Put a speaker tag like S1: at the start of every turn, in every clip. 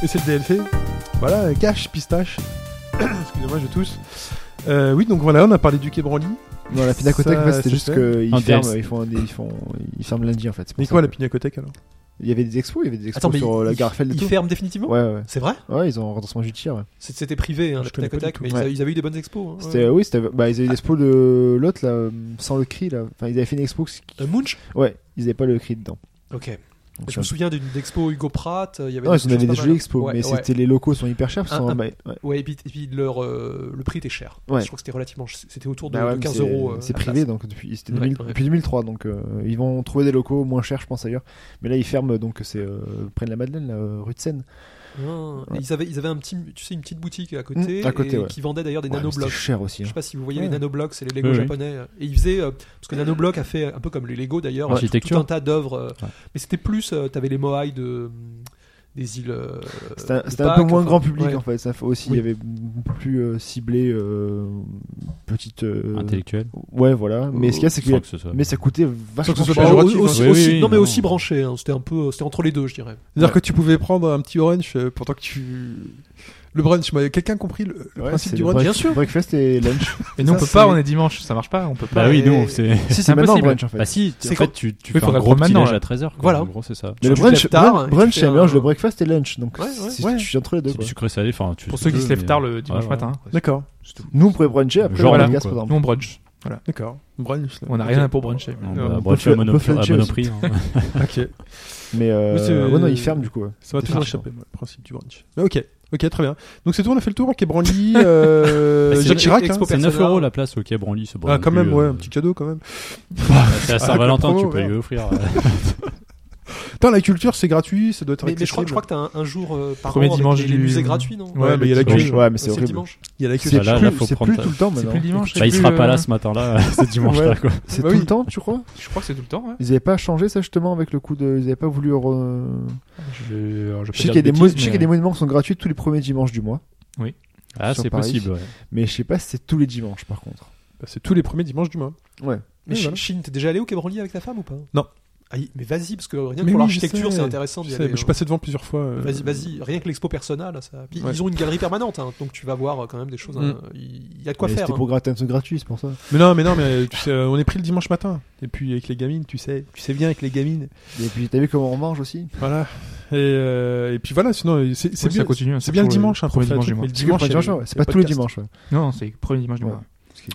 S1: que c'est le DLC. Voilà, cache, pistache. Excusez-moi, je tousse. Euh, oui, donc voilà, on a parlé du Quai Branly.
S2: Non, la pinacothèque,
S1: Ça,
S2: en fait, c'était
S1: c'est
S2: juste
S1: fait.
S2: qu'ils
S3: Un
S2: ferment,
S3: DLC.
S2: ils font, un- ils font, ils ferment lundi en fait. c'est pour
S1: Mais
S2: ça
S1: quoi,
S2: que-
S1: la pinacothèque alors
S2: Il y avait des expos, il y avait des expos
S4: Attends, mais
S2: sur euh,
S4: ils-
S2: la
S4: ils-
S2: Garfield et
S4: ils
S2: tout.
S4: fermement ferment définitivement
S2: Ouais, ouais.
S4: C'est vrai
S2: Ouais, ils ont un redressement judiciaire. Ouais.
S4: C'est- C'était privé, hein,
S1: Je
S4: la
S1: connais pas
S4: Pinacothèque,
S1: du
S4: mais
S2: tout.
S4: ils, a-
S2: Ouais.
S4: ils avaient eu des bonnes expos. hein,
S2: C'était,
S4: ouais.
S2: oui, c'était, bah, ils avaient eu l'expo de l'autre, là, euh, sans le cri, là. Enfin, ils avaient fait une expo. qui-
S4: Euh, Munch
S2: Ouais, ils avaient pas le cri dedans.
S4: Ok.
S2: Donc,
S4: Je me
S2: euh,
S4: souviens d'une expo Hugo Pratt. euh, Il y avait
S2: non,
S4: des
S2: ils ont donné
S4: choses
S2: des
S4: pas
S2: jolies
S4: mal.
S2: expos,
S4: Ouais,
S2: mais
S4: ouais.
S2: c'était les locaux sont hyper chers. parce
S4: Un-
S2: qu'on-
S4: un-
S2: bah, ouais.
S4: Ouais, et puis, et puis leur, euh, le prix était cher.
S2: Ouais.
S4: Je crois que c'était relativement. ch- C'était autour de,
S2: Bah ouais,
S4: de
S2: mais
S4: 15
S2: c'est-
S4: euros. euh,
S2: C'est
S4: la
S2: privé,
S4: place.
S2: donc depuis, c'était
S4: Ouais,
S2: 2000
S4: ouais.
S2: depuis 2003, donc euh, ils vont trouver des locaux moins chers, je pense ailleurs. Mais là, ils ferment, donc c'est euh, près de la Madeleine, là, euh, rue de Seine.
S4: Ah, et
S2: Ouais.
S4: Ils avaient, ils avaient un petit, tu sais, une petite boutique à côté,
S2: Mmh, à côté,
S4: et-
S2: ouais.
S4: qui vendait d'ailleurs des
S2: Ouais, mais C'était
S4: nanoblocs.
S2: cher aussi.
S4: Je
S2: hein.
S4: sais pas si vous voyez
S2: Ouais.
S4: les nanoblocs, c'est les
S3: Oui,
S4: Lego
S3: oui.
S4: japonais. Et ils faisaient, euh, parce que Nanoblock a fait un peu comme les Lego d'ailleurs, euh,
S3: Ouais.
S4: tout
S3: Architecture.
S4: un tas d'œuvres. euh,
S3: Ouais.
S4: Mais c'était plus, euh, t'avais les Moai de mm, des îles. euh,
S2: C'était un,
S4: de
S2: c'était un peu
S4: Pâques,
S2: moins
S4: enfin,
S2: grand public hein.
S4: ouais.
S2: en fait. Ça fait aussi,
S4: Oui.
S2: il y avait beaucoup plus euh, ciblé euh, petite. euh,
S3: Intellectuel.
S2: ouais, voilà. Mais ce qu'il y a, c'est qu'il y a-
S3: Sans que ce soit-
S2: Mais ça coûtait
S1: Sans
S2: vachement
S1: que ce soit
S2: cher.
S4: Bah, au-
S1: péjoratif, hein.
S4: aussi-
S3: Oui,
S4: aussi-
S3: oui,
S4: non mais
S3: non.
S4: aussi branché, hein, c'était un peu, c'était entre les deux, je dirais.
S1: C'est-à-dire
S2: Ouais.
S1: que tu pouvais prendre un petit orange euh, pendant que tu. Le brunch, mais quelqu'un a compris le, le
S2: Ouais,
S1: principe
S2: c'est
S1: du
S2: le
S1: brunch
S2: break- Breakfast et lunch.
S5: Et nous,
S1: Ça,
S5: on peut
S1: c'est-
S5: pas, on est dimanche, ça marche pas, on peut pas.
S3: Bah oui,
S5: Et-
S3: nous, c'est.
S2: si, c'est maintenant le brunch en fait.
S3: Bah si,
S4: C'est
S3: en
S4: quand-
S3: fait, tu, tu
S5: Oui,
S3: fais
S5: faut
S3: un
S5: la
S3: gros
S5: prendre
S3: petit
S5: maintenant,
S3: déj
S5: là.
S3: à 13h.
S4: Voilà.
S3: En gros, c'est ça.
S2: Mais le
S4: tu te
S2: brunch,
S4: lèves tard,
S2: brun-
S4: et tu
S2: brunch
S4: fais
S2: c'est un
S4: un-
S2: mélange de breakfast et lunch. Donc
S4: Ouais,
S2: c'est-
S4: ouais.
S2: c'est-
S1: Ouais.
S2: je suis entre les deux.
S3: C'est
S2: quoi.
S3: sucré salé. Enfin, tu
S5: Pour ceux qui se lèvent tard le dimanche
S3: ouais.
S5: matin.
S1: D'accord,
S2: Nous on pourrait bruncher après
S3: Genre
S2: on
S5: voilà,
S2: regarde ce
S3: quoi.
S2: programme.
S5: Nous, on brunch.
S1: d'accord. Brunch. là.
S5: On a
S1: Ok.
S5: rien à pour bruncher.
S2: on
S3: On
S2: peut
S3: bref,
S2: faire-
S3: à
S2: on peut
S3: Monoprix-
S2: faire
S3: à
S2: le
S3: Monoprix. hein.
S1: Ok. Mais
S2: Mais
S1: c'est-
S2: euh, ouais, non, ils ferment du coup. ouais.
S1: Ça m'a
S2: C'est
S1: toujours
S2: ça.
S1: échappé, moi, le principe du brunch. Mais ok, ok, très bien. Donc c'est tout, on a fait le tour. Ok, Branly, euh,
S3: Bah, c'est
S1: Jacques
S3: une
S1: Chirac.
S4: expo
S1: hein.
S3: C'est
S4: Persona.
S3: 9 euros la place au Quai Branly. c'est bon
S1: Ah,
S3: non
S1: quand
S3: plus,
S1: même, ouais,
S3: euh,
S1: un petit cadeau quand même.
S3: C'est à Saint-Valentin,
S1: Ah,
S3: tu
S1: le
S3: peux
S1: promo,
S3: lui offrir.
S1: Putain, la culture, c'est gratuit, ça doit être
S4: Mais, mais je crois,
S1: accessible.
S4: je crois que t'as un, un jour euh, par
S5: Premier
S4: an avec
S5: dimanche
S4: les, les
S5: du-
S4: musées gratuits, non
S1: Ouais,
S5: Ouais,
S1: mais il y a la
S2: Ouais,
S1: culture.
S2: ouais, mais c'est
S4: le
S2: horrible.
S4: dimanche.
S1: Il y a la
S2: C'est
S1: culture.
S3: Ah, là, là,
S2: plus,
S3: faut
S2: c'est
S3: prendre
S2: plus
S3: ta-
S2: tout le temps
S5: C'est
S2: maintenant.
S5: plus le dimanche.
S3: Bah, il
S5: c'est
S3: sera
S5: plus,
S3: pas
S5: euh,
S3: là ce matin-là, ce dimanche-là, quoi.
S2: C'est
S1: Bah
S2: tout
S1: oui.
S2: le temps, tu crois
S5: Je crois que c'est tout le temps, ouais.
S2: Ils avaient pas changé ça justement avec le coup de. Ils avaient pas voulu. re-
S5: Je, alors, je
S2: Je sais qu'il y, a des mo- je sais qu'il y a des monuments qui sont gratuits tous les premiers dimanches du mois.
S3: Ah,
S2: Sur
S3: c'est
S2: Paris.
S3: possible, ouais.
S2: Mais je sais pas si c'est tous les dimanches par contre.
S1: Bah, c'est tous les premiers dimanches du mois.
S2: Ouais.
S1: Ouais,
S4: Mais Chi-
S1: voilà.
S4: Chine, t'es déjà allé au Quai Branly avec ta femme ou pas
S1: Non.
S4: Aïe, mais vas-y, parce que rien que
S1: Mais
S4: pour
S1: oui, je
S4: l'architecture,
S1: sais.
S4: c'est intéressant
S1: Je
S4: d'y
S1: sais,
S4: aller.
S1: mais je suis
S4: hein.
S1: passé devant plusieurs fois. euh,
S4: Vas-y, vas-y, rien que l'expo Persona, là, ça. Puis
S1: Ouais.
S4: ils ont une galerie permanente, hein, donc tu vas voir euh, quand même des choses. hein. Il y a de quoi
S2: Mais
S4: faire.
S2: C'était
S4: hein.
S2: pour gratter un truc gratuit, c'est pour ça.
S1: Mais non, mais non, mais tu sais, euh, on est pris le dimanche matin. Et puis avec les gamines, tu sais, tu sais bien avec les gamines.
S2: Et puis t'as vu comment on mange aussi
S1: Voilà. Et, euh, et puis voilà, sinon euh, c'est c'est
S5: C'est
S1: bien,
S5: continue.
S1: c'est bien le
S5: toujours
S1: dimanche, hein, pour
S5: premier
S1: faire le
S5: dimanche du
S1: truc, mais
S5: mois.
S1: le
S2: Parce
S1: dimanche, il y
S2: que le premier
S1: a
S2: dimanche,
S1: le-
S2: ouais, c'est
S1: il y a
S2: pas tous les
S1: podcast.
S2: dimanches. ouais.
S5: Non, non, c'est le premier dimanche du
S2: Ouais.
S5: mois.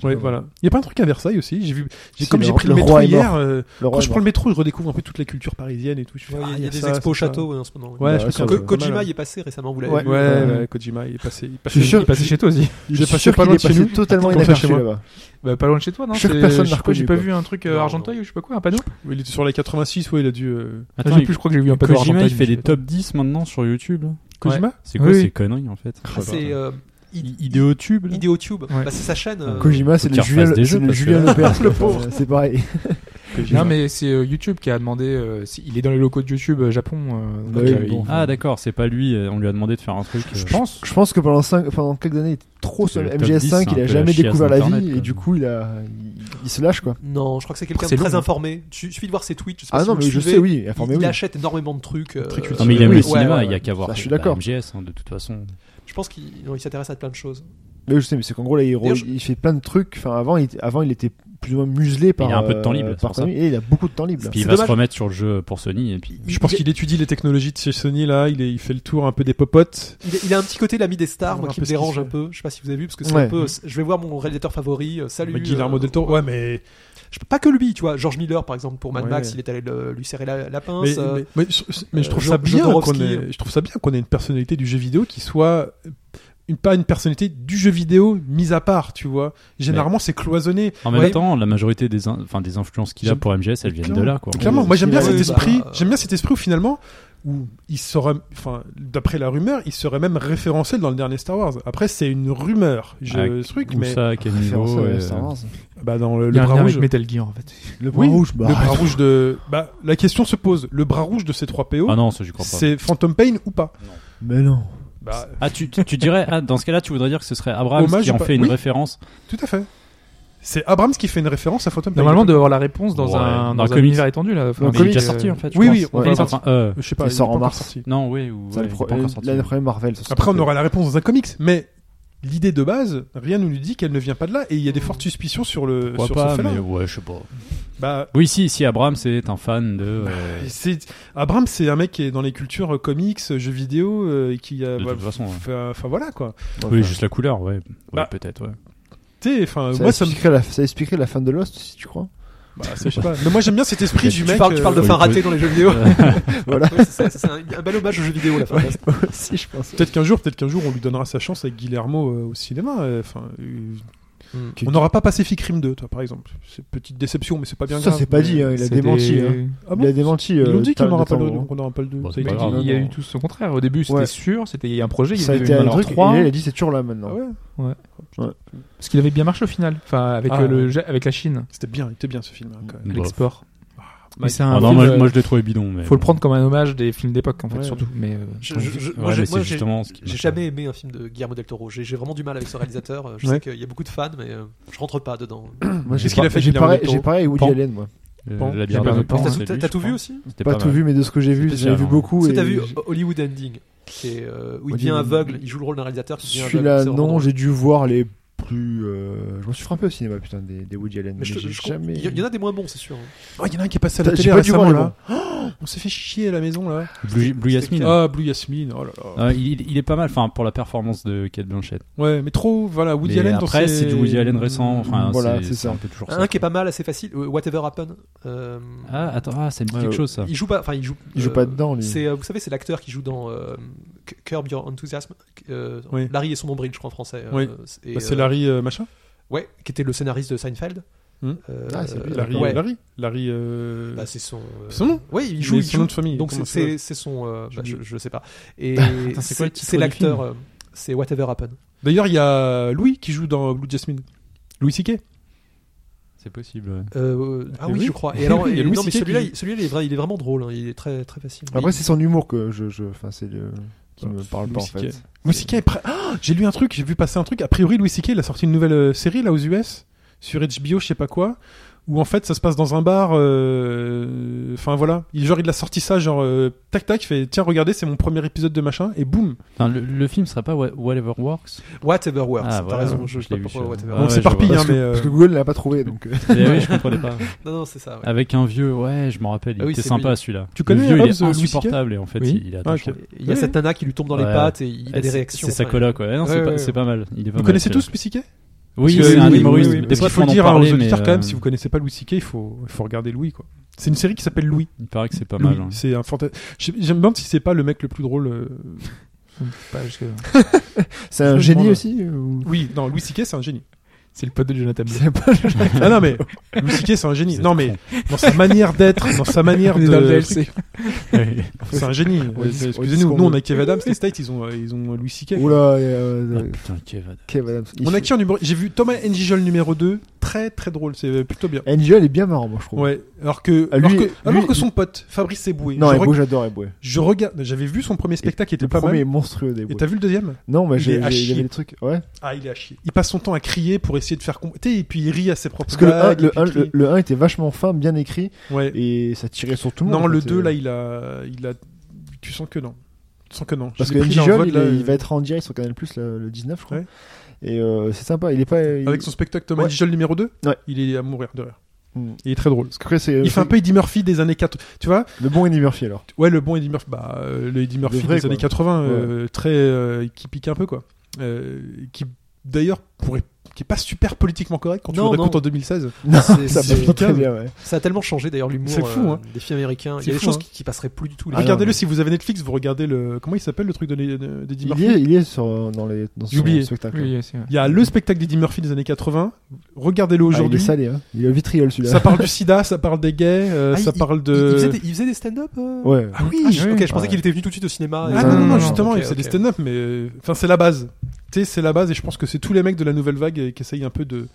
S1: Ouais, voilà. Il y a pas un truc à Versailles aussi. J'ai vu, j'ai-
S2: Si,
S1: comme
S2: le-
S1: j'ai pris le,
S2: le
S1: métro
S2: roi est
S1: hier, euh,
S2: Le
S1: quand
S2: roi
S1: je
S2: est
S1: prends le
S2: mort.
S1: métro, je redécouvre un peu toute la culture parisienne et tout. Je fais,
S4: Ouais, Il
S1: ah,
S4: y a, il y a des
S1: ça,
S4: expos au
S1: ça.
S4: château ouais, en ce moment.
S1: Ouais,
S2: Bah,
S1: je
S2: ouais,
S1: pense
S2: ça,
S1: que-
S4: Ko-
S2: ouais.
S1: pas mal,
S4: Kojima
S1: ouais.
S4: y est passé récemment, vous l'avez
S2: Ouais.
S4: vu.
S1: Ouais,
S2: Euh,
S1: ouais, Kojima, il est passé. Il est
S2: suis
S1: passé,
S2: sûr
S1: il est passé
S2: qu'il-
S1: chez toi aussi. Il
S2: Je
S1: est
S2: suis
S1: passé
S2: sûr
S1: pas
S2: qu'il
S1: loin
S2: est
S1: de chez
S2: passé
S1: nous.
S2: totalement
S1: Attends, on fait chez
S2: inaperçu
S1: moi.
S2: là-bas.
S5: Bah, pas loin de chez toi, non
S2: Chaque
S5: C'est-
S2: personne
S5: Je
S2: l'a
S5: crois que j'ai
S2: reconnu,
S5: pas
S2: quoi.
S5: vu un truc euh,
S4: Non, non.
S5: Argenteuil ou je sais pas quoi, un panneau
S1: Il était sur la 86, ouais, il a dû. euh,
S5: Ah,
S3: Attends,
S5: Je sais plus, je crois que j'ai vu un panneau
S3: Kojima,
S5: Argenteuil.
S3: il fait
S5: je
S3: des
S5: sais
S3: top 10 maintenant sur YouTube. là.
S1: Kojima
S3: C'est quoi
S5: Oui.
S3: ces conneries, en fait
S4: Ah, c'est euh, I-
S3: I- Idéotube, là
S4: Idéotube.
S5: Ouais.
S4: Bah, c'est sa chaîne. euh,
S2: Kojima, c'est
S3: qu'il
S2: le
S3: refasse
S2: Julien,
S3: des
S2: c'est
S3: jeux,
S2: le
S3: parce que
S2: Julien
S3: là-
S2: Lepers, quoi. Euh, C'est pareil.
S5: pas. Non, mais c'est euh, YouTube qui a demandé. euh, si- Il est dans les locaux de YouTube euh, Japon. euh,
S2: Bah
S5: donc,
S2: oui,
S5: euh,
S2: bon.
S5: il-
S3: Ah, d'accord, c'est pas lui, euh, on lui a demandé de faire un truc.
S5: Je
S3: euh,
S5: pense.
S2: Je pense que pendant cinq- pendant quelques années, il était trop
S3: Parce que
S2: sur le
S3: le top 10,
S2: MGS5,
S3: c'est
S2: il
S3: un
S2: a
S3: peu
S2: jamais
S3: la chiasse
S2: découvert la
S3: d'Internet,
S2: vie
S3: quoi.
S2: et du coup, il a, il- il se lâche quoi.
S4: Non, je crois que c'est quelqu'un
S5: C'est
S4: de très
S5: long.
S4: informé. Tu- Il suffit de voir ses tweets. Je sais pas
S2: Ah
S4: si
S2: non,
S4: vous
S2: mais
S4: le
S2: je
S4: suivez.
S2: sais, oui,
S4: Il,
S2: informé,
S4: il
S2: oui.
S4: achète énormément de trucs. euh,
S1: Très
S3: Non, mais il aime
S2: Oui,
S3: le
S2: ouais,
S3: cinéma,
S4: ouais,
S3: il y a qu'à voir
S2: Ça, je suis
S3: bah,
S2: d'accord.
S3: MGS, hein, de toute façon.
S4: Je pense qu'il non, il s'intéresse à plein de choses.
S2: Mais je sais, mais c'est qu'en gros, là, il, re-
S4: D'ailleurs, je-
S2: il fait plein de trucs. Enfin, avant, il, avant, il était plus ou moins muselé par.
S3: Il a un peu de temps
S2: euh,
S3: libre, c'est
S2: par
S3: pour
S2: sa
S3: ça.
S2: vie, Et il a beaucoup de temps libre. là.
S3: Puis il
S4: C'est
S3: va se
S4: dommage.
S3: remettre sur le jeu pour Sony, et puis.
S1: Je pense qu'il étudie les technologies de chez Sony là, il, est- il fait le tour un peu des popotes.
S4: Il, il a un petit côté l'ami des stars,
S1: On
S4: moi,
S1: voit un
S4: qui
S1: peu
S4: me
S1: ce qu'il
S4: dérange
S1: fait.
S4: un peu. Je sais pas si vous avez vu, parce que c'est
S2: Ouais.
S4: un peu. euh, Je vais voir mon réalisateur favori. euh, Salut.
S1: Guillermo
S4: euh,
S1: del Toro. Ouais, mais,
S4: Je peux pas que lui, tu vois. George Miller, par exemple, pour Mad
S1: Ouais.
S4: Max, il est allé le- lui serrer la, la pince.
S1: mais,
S4: euh,
S1: mais- mais je, mais je trouve
S4: euh,
S1: ça
S4: Jean-
S1: bien qu'on
S4: Jodorowsky.
S1: ait, je trouve ça bien qu'on ait une personnalité du jeu vidéo qui soit une, pas une personnalité du jeu vidéo mise à part, tu vois. Généralement, c'est cloisonné.
S3: En même
S1: Ouais.
S3: temps, la majorité des, in- enfin, des influences qu'il a
S1: J'aime-
S3: pour MGS, elles viennent de là, quoi.
S1: Clairement, moi j'aime bien
S4: Oui,
S1: cet
S4: bah,
S1: esprit.
S4: euh,
S1: J'aime bien cet esprit où finalement, où il serait, enfin, d'après la rumeur, il serait même référencé dans le dernier Star Wars. Après, c'est une rumeur, je,
S3: Ah,
S1: ce truc,
S3: Où
S1: mais
S3: ça, quel
S2: Référence
S3: niveau,
S2: à
S3: euh,
S2: Star Wars.
S1: bah, dans le,
S5: Il y
S1: le
S5: a un
S1: bras
S5: lien
S1: rouge.
S5: avec Metal Gear en fait.
S2: Le bras
S1: Oui,
S2: rouge, bah.
S1: le bras rouge de, bah, la question se pose. Le bras rouge de ces trois PO.
S3: Ah non, ça, j'y crois pas.
S1: C'est Phantom Pain ou pas
S2: Mais non.
S1: Bah,
S3: Ah, tu, tu- tu dirais, ah, dans ce cas-là, tu voudrais dire que ce serait Abrams
S1: Hommage
S3: qui
S1: ou
S3: en
S1: pas
S3: fait une
S1: Oui.
S3: référence
S1: tout à fait. C'est Abrams qui fait une référence à Phantom
S5: Normalement, on
S1: Menace.
S5: doit avoir la réponse dans
S3: Ouais.
S5: un,
S3: Dans
S5: dans
S3: un
S5: un
S3: comics.
S5: univers étendu là. Enfin,
S2: Dans un
S5: mais
S3: Mais il est
S5: euh,
S3: déjà sorti en fait. je
S1: oui,
S3: pense.
S1: oui, on
S3: Ouais,
S1: va
S3: il est
S1: voir.
S3: sorti. euh,
S1: je sais pas,
S2: Il sort
S1: est
S2: en
S1: pas encore
S2: mars.
S1: sorti.
S3: non, oui, ou
S2: Ça,
S3: ouais,
S2: le
S3: il est
S2: pro-
S3: pas encore
S2: euh,
S3: sorti.
S2: L'année prochaine, Marvel. ça sera
S1: Après, on
S2: fait.
S1: aura la réponse dans un comics, mais l'idée de base, rien ne nous dit qu'elle ne vient pas de là, et il y a des fortes suspicions sur le
S3: Pourquoi
S1: sur ce
S3: pas,
S1: fait-là.
S3: mais ouais, je sais pas.
S1: Bah,
S3: Oui, si, si Abrams est un fan de. euh,
S1: c'est Abrams, c'est un mec qui est dans les cultures euh, comics, euh, jeux vidéo, euh, et qui a.
S3: De
S1: bah,
S3: toute façon, ouais.
S1: Enfin enfin, voilà quoi.
S2: Ouais,
S3: Oui,
S2: enfin,
S3: juste la couleur, ouais. Ouais,
S1: Bah.
S3: peut-être, ouais.
S1: Tu sais, enfin,
S2: ça
S1: moi ça me.
S2: expliquerait la- ça expliquerait la fin de Lost, si tu crois.
S1: bah, c'est- je sais pas. Mais moi j'aime bien cet esprit du
S4: tu,
S1: mec.
S4: parles, tu parles de
S1: euh,
S3: oui,
S4: fin
S3: oui.
S4: ratée dans les jeux vidéo.
S2: Voilà.
S4: Ouais, c'est ça, c'est un, un bel hommage aux jeux vidéo, la fin.
S2: si, je pense.
S1: Peut-être qu'un jour, peut-être qu'un jour, on lui donnera sa chance avec Guillermo euh, au cinéma. euh, Enfin, euh,
S4: Mm.
S1: on n'aura pas Pacific Rim 2, toi, par exemple. C'est une petite déception, mais c'est pas bien
S2: Ça,
S1: grave.
S2: c'est pas dit, hein, il a
S5: c'est
S2: démenti.
S5: des-
S2: hein.
S1: Ah bon
S2: Il a démenti.
S1: Ils
S2: euh,
S1: l'ont dit qu'on
S2: Tal-
S1: n'aura pas le,
S2: Nathan-
S1: donc on aura pas le 2.
S3: Bon,
S1: Ça
S3: c'est
S1: a
S3: pas
S1: été
S3: grave.
S1: dit.
S5: Il y a
S2: non.
S5: eu tout son contraire. Au début, c'était
S2: Ouais.
S5: sûr, c'était il y a un projet, il y
S2: Ça a
S5: avait
S2: été un truc. et là,
S5: 3.
S2: Il a dit c'est toujours là maintenant.
S1: Ah ouais
S5: Ouais. Ce qui avait bien marché au final, enfin avec
S1: Ah,
S5: euh, le Ja- avec la Chine,
S1: C'était bien, il était bien ce film. hein, quand même.
S3: Bof.
S5: l'export. Mais c'est
S3: Ah
S5: un
S3: non,
S5: film,
S3: moi,
S5: euh,
S3: je- moi, je l'ai trouvé bidon. Mais
S5: faut le prendre comme un hommage des films d'époque en fait
S1: Ouais.
S5: surtout. Mais euh,
S4: Je- je- je-
S3: Ouais,
S4: moi, j'ai-
S3: mais
S4: moi,
S3: c'est
S4: j'ai
S3: justement ce qui-
S4: j'ai jamais aimé un film de Guillermo del Toro. J'ai j'ai vraiment du mal avec ce réalisateur. Euh, Je
S1: Ouais.
S4: sais qu'il y a beaucoup de fans, mais euh, je rentre pas dedans.
S3: Bah,
S2: Moi, j'ai
S1: Qu'est-ce qu'il a
S2: pas-
S1: fait,
S2: J'ai
S1: Guillermo
S2: pareil,
S1: del Toro
S2: j'ai pareil avec Woody
S1: Pan.
S2: Allen, moi.
S3: Euh,
S1: Pan.
S3: la
S5: J'ai pas
S3: bière de
S5: vu Pan,
S3: Pan,
S5: hein.
S4: T'as
S3: c'est
S4: tout-
S3: lui,
S4: T'as
S3: je
S4: t'as tout vu
S3: crois.
S4: aussi
S3: C'était
S2: Pas tout
S3: mal.
S2: vu, mais de ce que j'ai vu,
S3: Spécial,
S2: j'en ai vu
S3: hein.
S2: beaucoup.
S4: Si t'as
S2: et
S4: vu
S2: j'ai-
S4: Hollywood Ending, qui est, euh, où il
S2: Hollywood
S4: devient
S2: Ending.
S4: aveugle, il joue le rôle d'un réalisateur qui devient aveugle.
S2: Celui-là,
S4: c'est vraiment
S2: non,
S4: drôle.
S2: j'ai dû voir les plus. euh, Je m'en suis frappé au cinéma, putain, des, des Woody Allen.
S4: Mais je te-
S2: j'ai
S4: je comprends-
S2: jamais.
S4: Il y- il y en a des moins bons, c'est sûr. hein.
S1: Oh, il y en a un qui est passé à la
S2: J'ai
S1: télé
S2: pas dû voir
S1: récemment,
S2: le
S1: là. Oh, on s'est fait chier à la maison, là.
S3: Blue, Blue Jasmine.
S1: Ah, Blue Jasmine, oh là là.
S3: Euh, il, il est pas mal, enfin pour la performance de Kate Blanchett.
S1: Ouais, mais trop, voilà, Woody
S3: Mais
S1: Allen dans
S3: après,
S1: ses- Bah,
S3: c'est du Woody Allen récent. Enfin,
S2: Voilà, c'est
S3: c'est
S2: ça.
S3: un peu toujours ça.
S4: Un qui est pas mal, assez facile, euh, Whatever Happened. euh,
S3: Ah, attends, ah, ça me dit
S2: Ouais,
S3: quelque
S2: ouais.
S3: chose ça.
S4: Il joue pas, enfin il joue.
S2: Il joue
S4: euh,
S2: pas dedans, lui.
S4: C'est, euh, vous savez, c'est l'acteur qui joue dans euh, C- Curb Your Enthusiasm. euh,
S1: Oui.
S4: Larry et son nombril, je crois en français. euh,
S1: Oui.
S4: et,
S1: Bah, c'est
S4: euh,
S1: Larry euh, machin
S4: Ouais, qui était le scénariste de Seinfeld.
S1: Hmm.
S4: Euh,
S2: Ah, c'est lui,
S1: Larry,
S4: ouais.
S1: Larry Larry. euh,
S4: Bah, c'est son. euh,
S1: Son nom
S4: Ouais, il joue.
S1: mais
S4: il
S1: son
S4: joue.
S1: nom de famille.
S4: Donc
S1: comment
S4: c'est,
S1: ça s'appelle
S4: c'est, c'est son. euh,
S1: J'ai
S4: bah, je,
S1: oublié.
S4: je sais pas. Et
S3: c'est quoi le titre
S4: c'est
S3: du
S4: l'acteur.
S3: film
S4: euh, c'est Whatever Happened.
S1: D'ailleurs, il y a Louis qui joue dans Blue Jasmine. Louis C.K.
S3: C'est possible. ouais.
S4: Euh, ah
S1: Mais
S4: oui,
S1: oui.
S4: je crois.
S1: Mais
S4: Et alors,
S1: oui, il y a
S4: et-
S1: Louis
S4: non, mais
S1: C.K. qui
S4: celui-là,
S1: joue.
S4: il- celui-là, il est vrai- il est vraiment drôle. hein, Il est très, très facile.
S2: Après, c'est son humour que je. je- Enfin, c'est le. qui
S1: Oh,
S2: me parle pas, en
S1: Louis
S2: fait.
S1: C.K. Louis C.K. est prêt. Ah, j'ai lu un truc, j'ai vu passer un truc. A priori, Louis C.K. il a sorti une nouvelle euh, série là aux US sur HBO, je sais pas quoi. Où en fait, ça se passe dans un bar. euh, Enfin voilà, il genre il a sorti ça genre euh, tac tac, il fait tiens regardez, c'est mon premier épisode de machin et boum.
S3: Enfin, le, le film serait pas Wha- Whatever Works
S4: Whatever Works.
S3: Ah,
S4: t'as
S3: voilà,
S4: raison. Je,
S3: je
S4: je sais
S3: l'ai
S4: pas
S3: vu,
S4: pourquoi
S3: celui-là.
S4: Whatever
S3: Ah,
S1: Bon,
S4: Works.
S1: c'est
S3: ouais,
S1: par
S3: je
S1: pile,
S2: Parce
S1: hein, mais
S2: que,
S1: euh,
S2: parce que Google l'a pas trouvé, donc. euh,
S3: Eh oui, je comprenais pas.
S4: Non, non, c'est ça. ouais.
S3: Avec un vieux, ouais, je m'en rappelle, il
S4: Ah oui,
S3: était
S4: c'est
S3: sympa
S4: lui.
S3: celui-là.
S1: Tu connais
S3: Le vieux, il
S1: Hobbes,
S3: est
S1: Louis C.K.
S3: insupportable et en fait,
S1: Oui.
S3: il, il est
S1: Ah, ok.
S3: attachant.
S4: Il y a
S1: Ouais.
S4: cette nana qui lui tombe dans les
S3: Ouais.
S4: pattes et il a
S3: Ouais,
S4: des
S3: c'est-
S4: réactions.
S3: C'est sa
S4: enfin,
S3: coloc, ouais. Non, c'est
S4: Ouais,
S3: pas-
S4: ouais,
S3: c'est
S4: ouais.
S3: pas mal. Il est pas
S1: Vous
S3: mal,
S1: connaissez
S3: celui-là.
S1: tous Louis C.K.
S3: Oui,
S1: Parce que-
S3: c'est un
S1: oui,
S3: humoriste.
S1: oui, oui,
S3: Des
S1: parce
S3: fois,
S1: qu'il faut
S3: on en
S1: dire hein, aux
S3: parlait, mais,
S1: auditeurs quand même,
S3: euh,
S1: si vous connaissez pas Louis C.K., il faut, il faut regarder Louis quoi. C'est une série qui s'appelle Louis.
S3: Il paraît que c'est pas
S1: Louis,
S3: mal. hein.
S1: c'est un fanta- Je je me demande si c'est pas le mec le plus drôle. euh,
S5: pas jusque-
S2: C'est un
S1: Je
S2: génie
S1: demande-
S2: aussi ou-
S1: Oui, non, Louis C.K. c'est un génie.
S5: c'est le pote de Jonathan. Blow.
S2: C'est pas-
S1: ah non mais Louis C.K. c'est un génie. Non mais dans sa manière d'être, dans sa manière
S5: On est
S1: de.
S5: dans le DLC.
S1: C'est un génie. Euh,
S2: On dit- on dit ce qu'on
S1: Excusez-nous, nous on
S2: veut.
S1: a Kev Adams, les States ils ont euh, ils ont Louis C.K.
S2: Oula, et, euh,
S3: Putain, Kev.
S2: Kev Adams. Il
S1: On a
S2: fait-
S1: qui en numéro J'ai vu Thomas Njijol numéro 2, très très drôle, c'est euh, plutôt bien.
S2: Angel est bien marrant, moi, je trouve.
S1: Ouais, alors que,
S2: Ah, lui-
S1: alors, que alors
S2: lui-
S1: que son pote Fabrice Eboué,
S2: Non,
S1: je,
S2: Eboué,
S1: reg-
S2: j'adore Eboué.
S1: je regarde, j'avais vu son premier spectacle qui était
S2: Le
S1: pas
S2: premier est
S1: mal.
S2: monstrueux d'Eboué.
S1: Et t'as vu le deuxième
S2: Non, mais
S1: Il est
S2: j'ai-
S1: à
S2: j'ai- il y
S1: chier.
S2: avait des trucs. Ouais.
S1: Ah, il est à chier. Il passe son temps à crier pour essayer de faire compter et puis il rit à ses propres
S2: Parce que le un-
S1: blagues,
S2: le
S1: et puis
S2: 1
S1: il crie.
S2: était vachement fin, bien écrit,
S1: Ouais.
S2: et ça tirait sur tout le monde.
S1: non,
S2: en
S1: le
S2: fait,
S1: 2
S2: euh,
S1: là, il a il a tu sens que non. Tu sens que non. Je
S2: Parce
S1: l'ai
S2: que
S1: pris
S2: Andy
S1: d'un vote,
S2: Jol, il,
S1: là,
S2: est-
S1: euh,
S2: il va être en direct sur Canal Plus le, le 19, je crois.
S1: Ouais.
S2: Et euh, c'est sympa, il est pas. il-
S1: avec son spectacle Thomas
S2: Ouais.
S1: Njijol numéro 2,
S2: Ouais.
S1: il est à mourir de rire.
S2: Mm.
S1: Il est très drôle.
S2: Parce qu'après, c'est
S1: Il fait un peu Eddie Murphy des années 80. Tu vois
S2: le bon Eddie Murphy alors.
S1: Ouais, le bon Eddie Murphy. Bah, euh, le Eddie Murphy
S2: vrai,
S1: des
S2: quoi.
S1: années 80, euh, très. euh, qui pique un peu, quoi. Euh, qui, d'ailleurs, pourrait. qui est pas super politiquement correct quand
S4: Non,
S1: tu le
S4: non.
S1: racontes en 2016.
S2: Ah
S4: C'est-
S2: Ça
S4: c'est-
S2: passe pas très bien, ouais.
S4: Ça a tellement changé d'ailleurs l'humour
S1: C'est fou,
S4: euh,
S1: hein.
S4: des films américains. Il y
S1: C'est
S4: a des
S1: fou,
S4: choses
S1: hein.
S4: qui, qui passeraient plus du tout.
S2: Ah,
S4: Les-
S1: Regardez-le
S2: non, mais-
S1: si vous avez Netflix, vous regardez le. Comment il s'appelle le truc de- de- d'Eddie
S2: Il
S1: Murphy
S2: est, il est sur, dans, les, dans son
S1: J'ai oublié.
S2: spectacle.
S5: Oui, c'est vrai.
S1: Il y a le spectacle d'Eddie Murphy des années 80. Regardez-le
S2: Ah, il est
S1: aujourd'hui.
S2: salé, hein. il est au vitriol celui-là.
S1: ça parle du sida, ça parle des gays, euh,
S4: Ah,
S1: ça
S4: il-
S1: parle
S4: il, il faisait
S1: de.
S4: des, il faisait des stand-up euh
S2: Ouais.
S1: Ah oui,
S4: Ah, je- ok, je pensais
S2: Ouais.
S4: qu'il était venu tout de suite au cinéma. et-
S1: Ah non, non,
S5: non,
S1: non,
S5: non,
S1: justement,
S4: ok,
S1: il fait des
S4: ok.
S1: stand-up, mais. euh, Enfin, c'est la base. Tu sais, c'est la base, et je pense que c'est tous les mecs de la nouvelle vague euh, qui essayent un peu de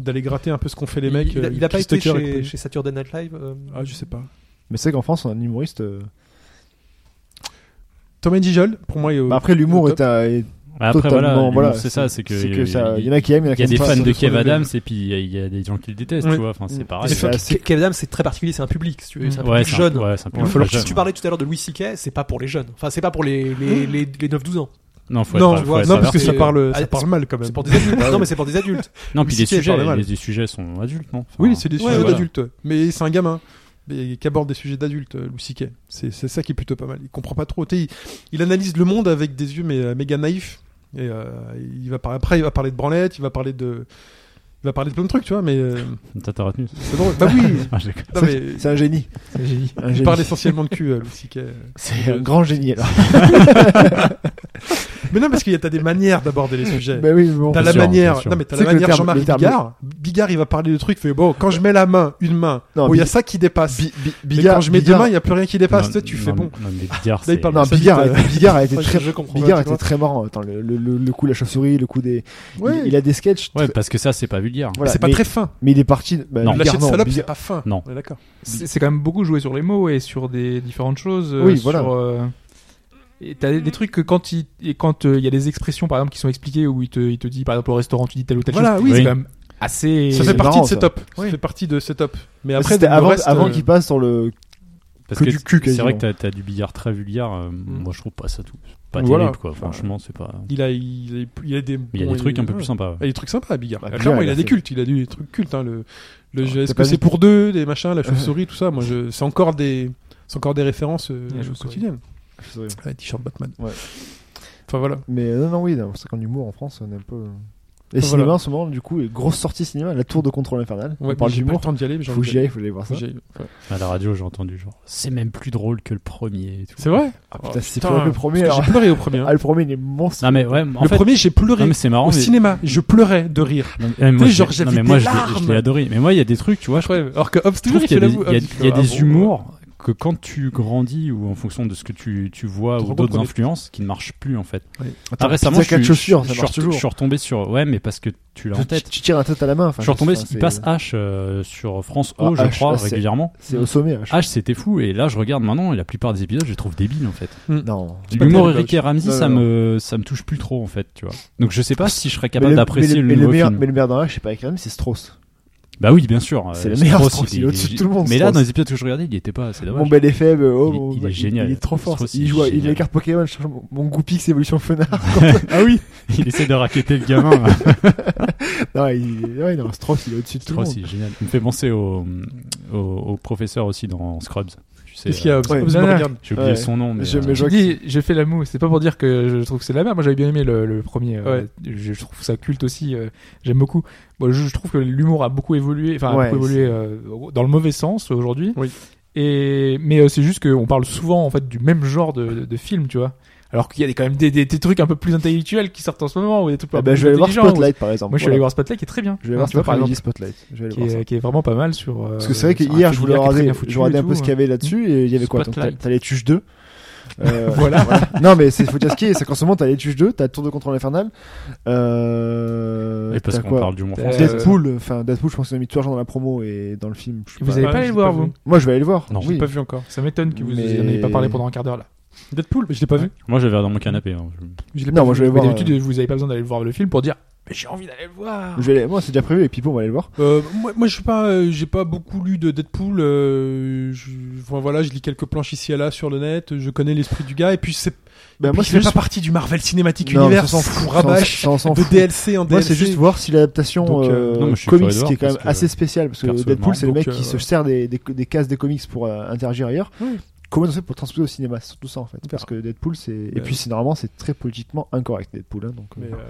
S1: d'aller gratter un peu ce qu'ont fait les
S4: Il-
S1: mecs.
S4: Il, a-
S1: euh,
S4: il a pas
S1: Chris
S4: été
S1: Tucker et
S4: chez,
S1: compagnie.
S4: chez Saturday Night Live. euh,
S1: Ah, je sais pas.
S2: Mais c'est qu'en France, on a un humoriste. euh,
S1: Tom Dijol, pour moi, est au-
S2: Bah après, l'humour
S1: au
S2: est,
S1: top.
S2: à- est
S3: Après, voilà,
S2: totalement,
S3: l'humour,
S2: voilà,
S3: c'est ça, c'est que.
S2: c'est que ça, il y en a qui aiment, il y en
S3: il
S2: a
S3: y
S2: qui
S3: a
S2: aiment
S3: des
S2: pas,
S3: fans
S2: ça
S3: de
S2: se trouve,
S3: Kev
S2: les deux.
S3: Adams et puis euh, il y a des gens qui le détestent,
S1: Oui.
S3: tu vois. Enfin, c'est pareil.
S2: Et c'est
S4: Ke-
S2: assez-
S4: Kev Adams, c'est très particulier, c'est un public, si tu veux, c'est un
S3: Ouais,
S4: public
S3: c'est un-
S4: jeune.
S3: ouais, c'est un peu
S4: Il va
S3: plus
S4: falloir-
S3: jeune.
S4: si tu parlais tout à l'heure de Louis C.K., c'est pas pour les jeunes. Enfin, c'est pas pour les, les, les, les 9-12 ans.
S3: Non, faut
S1: non,
S3: être-
S4: tu
S3: faut
S4: vois,
S3: être
S1: non, parce
S3: averti.
S1: que ça
S4: c'est-
S1: parle, ça
S4: ah,
S1: parle mal quand même.
S4: C'est pour des adultes. non, mais c'est pour des adultes.
S3: Non, puis
S1: Louis
S3: les
S1: C.K. parle
S3: sujets,
S1: mal.
S3: les, les sujets sont adultes, non Enfin,
S1: Oui, c'est des
S4: Ouais,
S1: sujets
S4: voilà.
S1: d'adultes. Mais c'est un gamin mais qui aborde des sujets d'adultes, euh, Louis C.K. C'est c'est ça qui est plutôt pas mal. Il comprend pas trop. Tu sais, Il, il analyse le monde avec des yeux mais euh, méga naïfs. Et euh, il va par- après, il va parler de branlette, il va parler de, il va parler de plein de trucs, tu vois. Mais euh,
S3: T'as t'as retenu.
S1: c'est drôle. Bah oui.
S3: Ah, je déconne.
S1: Non,
S2: Ça,
S1: mais
S2: C'est un génie. Un
S1: il
S2: génie.
S1: parle essentiellement de cul, euh, Louis C.K.
S2: C'est un grand génie alors.
S1: Mais non, parce qu'il y a t'as des manières d'aborder les sujets.
S2: bah oui, mais bon.
S1: T'as
S3: Bien
S1: la
S3: sûr,
S1: manière,
S3: bien sûr.
S1: non mais t'as
S2: Tu
S1: la
S2: sais que le
S1: manière
S2: terme-
S1: Jean-Marie
S2: le terme-
S1: Bigard. Bigard, il va parler de trucs. Fait bon, quand je mets la main, une main.
S2: Non,
S1: bon, il y a
S2: Bi-
S1: ça qui dépasse.
S2: Bi- Bi-
S1: mais
S2: Bigard,
S1: quand je mets deux
S2: Bigard-
S1: mains, il y a plus rien qui dépasse.
S3: Non,
S1: Tu sais, tu
S3: non,
S1: fais
S3: mais-
S1: bon.
S3: Non, mais Bigard,
S1: Là, il
S3: c'est-
S1: parle
S2: Non,
S1: Ça,
S2: Bigard a,
S1: vite,
S2: été, Bigard a été très,
S4: je comprends.
S2: Bigard
S1: tu
S2: était
S1: vois.
S2: très marrant. Attends, le, le, le, le coup la chauve-souris, le coup des,
S1: Ouais.
S2: il, il a des sketchs.
S3: Ouais,
S2: très-
S3: parce que ça, c'est pas vulgaire.
S1: Mais
S2: voilà,
S1: c'est pas
S2: mais,
S1: très fin.
S2: mais il est parti. Bah,
S3: Non.
S1: Lâcher
S2: Bigard,
S1: de salope, c'est
S2: Bigard-
S1: pas fin.
S3: Non.
S1: On est d'accord.
S5: C'est c'est quand même beaucoup joué sur les mots et sur des différentes choses. euh,
S2: Oui,
S5: sur,
S2: voilà.
S5: euh, et T'as des- des trucs que quand il et quand euh, il y a des expressions par exemple qui sont expliquées où il te, il te dit par exemple au restaurant tu dis telle ou telle
S1: Voilà,
S5: chose.
S1: oui.
S5: C'est quand même assez.
S1: Ça
S2: c'est
S1: fait partie
S2: marrant,
S1: de
S2: ça.
S1: setup. Ça Bah,
S5: Oui.
S1: fait partie de setup. Mais
S2: Mais
S1: après,
S2: c'était
S1: le
S2: avant,
S1: reste,
S2: avant
S1: euh,
S2: qu'il passe sur le.
S3: Parce
S2: que
S3: que,
S2: du cul,
S3: c'est
S2: quasiment.
S3: vrai que t'as- t'as du billard très vulgaire. euh, Moi, je trouve pas ça tout. c'est Pas
S5: Voilà.
S3: terrible, quoi. Franchement, c'est pas.
S1: il a, il a, il a des,
S3: Mais il y a
S1: bons-
S3: des trucs un peu
S1: ouais.
S3: plus sympas. ouais.
S1: Il y a des trucs sympas, Bigard.
S2: Bah,
S1: Ah,
S2: Bigard,
S1: Clairement, il
S2: il
S1: a
S2: a
S1: des
S2: fait-
S1: cultes. Il a des trucs cultes. hein, Le, le jeu,
S2: t'as
S1: est-ce
S2: pas
S1: que
S2: vu-
S1: c'est pour deux, des machins, la chauve-souris, tout ça. Moi, je, c'est encore des, c'est encore des références euh,
S5: La chauve-souris.
S1: quotidiennes. Ouais, t-shirt Batman.
S2: Ouais.
S1: Enfin voilà.
S2: Mais euh, non, non, oui, non, c'est qu'en humour en France, on est un peu. Les
S1: Voilà.
S2: cinémas en ce moment, du coup, les grosses sorties cinéma, la tour de contrôle infernale.
S1: Ouais,
S2: on parle
S1: mais j'ai pas le
S2: d'humour.
S1: temps d'y aller. mais j'ai
S2: Faut
S1: envie
S2: que j'y
S1: d'aller.
S2: aille, faut aller voir
S1: Faut
S2: ça.
S1: que j'y aille. Ouais.
S3: À la radio, j'ai entendu genre, c'est même plus drôle que le premier. et tout.
S1: C'est vrai.
S2: Ah
S1: Oh,
S2: putain, c'est
S1: putain,
S2: pas le premier.
S1: parce que
S2: alors.
S1: J'ai pleuré au premier. hein.
S2: Ah, le premier, il est monstre.
S3: Non mais ouais, en
S1: Le
S3: fait,
S1: premier, j'ai pleuré
S3: non mais c'est marrant.
S1: au
S3: mais-
S1: cinéma. Je pleurais de rire.
S3: non, mais- moi,
S1: Tu sais,
S3: je-
S1: genre,
S3: non,
S1: j'avais
S3: mais
S1: des
S3: moi je l'ai- je
S1: larmes.
S3: l'ai adoré. Mais moi il y a des trucs, tu vois, je
S1: Ouais, alors que Hobbs,
S3: trouve
S1: toujours, il
S3: qu'il y
S1: fait
S3: a des,
S1: l'avoue.
S3: il y a-
S1: Hobbs,
S3: il y a
S1: fait, ah
S3: des
S1: bon,
S3: humours que quand tu grandis ou en fonction de ce que tu, tu vois
S1: te
S3: ou
S1: rends
S3: d'autres
S1: compte qu'on est-
S3: influences qui ne marchent plus en fait.
S2: Attends,
S3: Ah, récemment,
S2: pizza
S3: je suis,
S2: quatre chaussures,
S3: je-
S2: ça
S3: je
S2: marche
S3: suis-
S2: toujours.
S3: je suis retombé sur ouais, mais parce que tu l'as en
S2: Tu,
S3: tête.
S2: tu tires la tête à la main. enfin,
S3: je suis retombé,
S2: enfin,
S3: il
S2: c'est-
S3: passe H euh, sur France O,
S2: Ah,
S3: je
S2: H,
S3: crois,
S2: ah, c'est-
S3: régulièrement.
S2: C'est au sommet. H.
S3: H c'était fou et là je regarde maintenant et la plupart des épisodes je les trouve débiles en fait.
S2: Non.
S3: L'humour
S1: terrible,
S3: Eric et Ramsey
S2: Non,
S3: ça
S2: non,
S3: me ça me touche plus trop en fait tu vois. Donc je sais pas si je serais
S2: Mais
S3: capable
S2: le-
S3: d'apprécier
S2: mais
S3: le,
S2: mais
S3: nouveau
S2: meilleur,
S3: film.
S2: Mais le meilleur d'H, je sais pas avec c'est Strauss.
S3: Bah oui bien sûr.
S2: C'est
S3: euh,
S2: le meilleur
S3: Strauss,
S2: Strauss, il est
S3: est-
S2: au-dessus de tout le monde,
S3: Mais là
S2: Strauss.
S3: dans les épisodes que je regardais il y était pas c'est
S2: Mon
S3: dommage.
S2: bel effet, mais oh,
S3: Il-
S2: mon-
S3: il est génial.
S2: Il est trop fort.
S3: Strauss, il
S2: il
S3: est
S2: joue, à- il
S3: génial.
S2: écarte Pokémon. je cherche mon- Mon Goupix évolution Fenard.
S3: Ah oui
S2: ben,
S3: Il essaie de raqueter le gamin. là.
S2: non, il, ouais, non, Strauss, il est au-dessus de tout
S3: Trop
S2: le monde.
S3: aussi, génial. Il me fait penser au, au, au professeur aussi dans Scrubs. Tu sais,
S1: Qu'est-ce qu'il y a Hobbs
S2: Ouais.
S1: Hobbs me
S5: Nana.
S1: regarde.
S3: J'ai oublié
S2: Ouais.
S3: son nom, mais.
S2: Je-
S3: euh,
S2: mais je-
S5: J'ai dit, j'ai fait la moue. C'est pas pour dire que je trouve que c'est de la merde. Moi, j'avais bien aimé le, le premier. euh,
S1: Ouais.
S5: je, je trouve ça culte aussi. euh, J'aime beaucoup. Moi, je, je trouve que l'humour a beaucoup évolué, enfin, a
S2: Ouais,
S5: beaucoup évolué euh, dans le mauvais sens aujourd'hui.
S1: Oui.
S5: Et mais euh, c'est juste qu'on parle souvent en fait du même genre de, de, de film, tu vois. Alors qu'il y a des- quand même des, des, des trucs un peu plus intellectuels qui sortent en ce moment ou des trucs
S2: Ah
S5: un peu
S2: bah,
S5: plus
S2: je vais aller voir
S5: intelligents, ou-
S2: Spotlight par exemple.
S5: Moi, je suis allé voir Spotlight qui est très bien. Ah,
S2: Je vais voir
S5: Tu vois, par
S2: Spotlight.
S5: exemple,
S2: Spotlight. Je vais aller
S5: qui
S2: voir ça.
S5: est, qui est vraiment pas mal sur. euh,
S2: Parce que c'est vrai que
S5: sur un
S2: hier,
S5: fait
S2: je voulais
S5: divers qui est très
S2: regarder,
S5: bien foutu euh,
S2: je regardais
S5: et
S2: un peu
S5: tout, hein.
S2: ce qu'il y avait là-dessus et il y avait quoi Donc, T'as
S5: Spotlight.
S2: t'as les tuches 2. Euh,
S5: Voilà.
S2: Non, mais c'est faut dire ce qui est. C'est qu'en ce moment, t'as les tuches 2, t'as le tour de contrôle infernal. Euh,
S3: Et parce
S2: t'as
S3: qu'on
S2: quoi
S3: parle du monde
S5: T'as-
S3: français.
S2: Deadpool, enfin Deadpool, je pense qu'ils ont mis tout l'argent dans la promo et dans le film. je sais
S5: Vous
S2: pas.
S5: avez
S1: Ouais,
S5: pas allé
S1: j'ai
S5: le voir
S1: pas vu.
S5: vous
S2: Moi, je vais aller le voir.
S3: Non, j'ai
S2: oui.
S1: J'ai pas vu encore.
S5: Ça m'étonne que vous
S2: Mais-
S5: en ayez pas parlé pendant un quart d'heure là.
S1: Deadpool, je l'ai pas vu.
S3: Moi, j'avais dans mon canapé. hein.
S1: Je l'ai
S2: Non,
S1: pas
S2: moi,
S1: vu.
S2: je vais
S5: Mais
S2: voir.
S5: d'habitude, vous avez pas besoin d'aller le voir le film pour dire Mais j'ai envie d'aller le voir.
S2: euh, je vais aller- Moi, c'est déjà prévu. Et Pipo, on va aller le voir.
S1: Euh, moi, moi, je suis pas, euh, j'ai pas beaucoup lu de Deadpool. euh, je, enfin, voilà, je lis quelques planches ici et là sur le net. Je connais l'esprit du gars et puis c'est,
S2: Bah,
S1: moi,
S2: moi,
S1: je fais pas partie du Marvel Cinematic
S2: Non,
S1: Universe.
S2: ça
S1: Sans
S2: s'en fout,
S1: fou,
S2: ça s'en-
S1: rabâche
S2: ça s'en fout.
S1: de DLC en DLC.
S2: Moi, c'est juste voir si l'adaptation
S1: Donc, euh,
S2: euh,
S3: non, mais je suis
S2: comics,
S3: curieux de
S2: qui est quand
S3: voir,
S2: même
S3: parce que,
S2: assez spéciale, parce que
S3: perso,
S2: Deadpool, c'est le
S1: donc,
S2: mec qui
S1: euh,
S2: se sert des, des, des cases des comics pour euh, interagir ailleurs.
S1: Oui.
S2: Comment on fait pour le transposer au cinéma C'est surtout ça, en fait. Parce
S1: D'accord.
S2: que Deadpool, c'est. Et puis, c'est normalement, c'est très politiquement incorrect, Deadpool. hein, donc,
S1: Mais, euh,
S2: euh,
S1: voilà.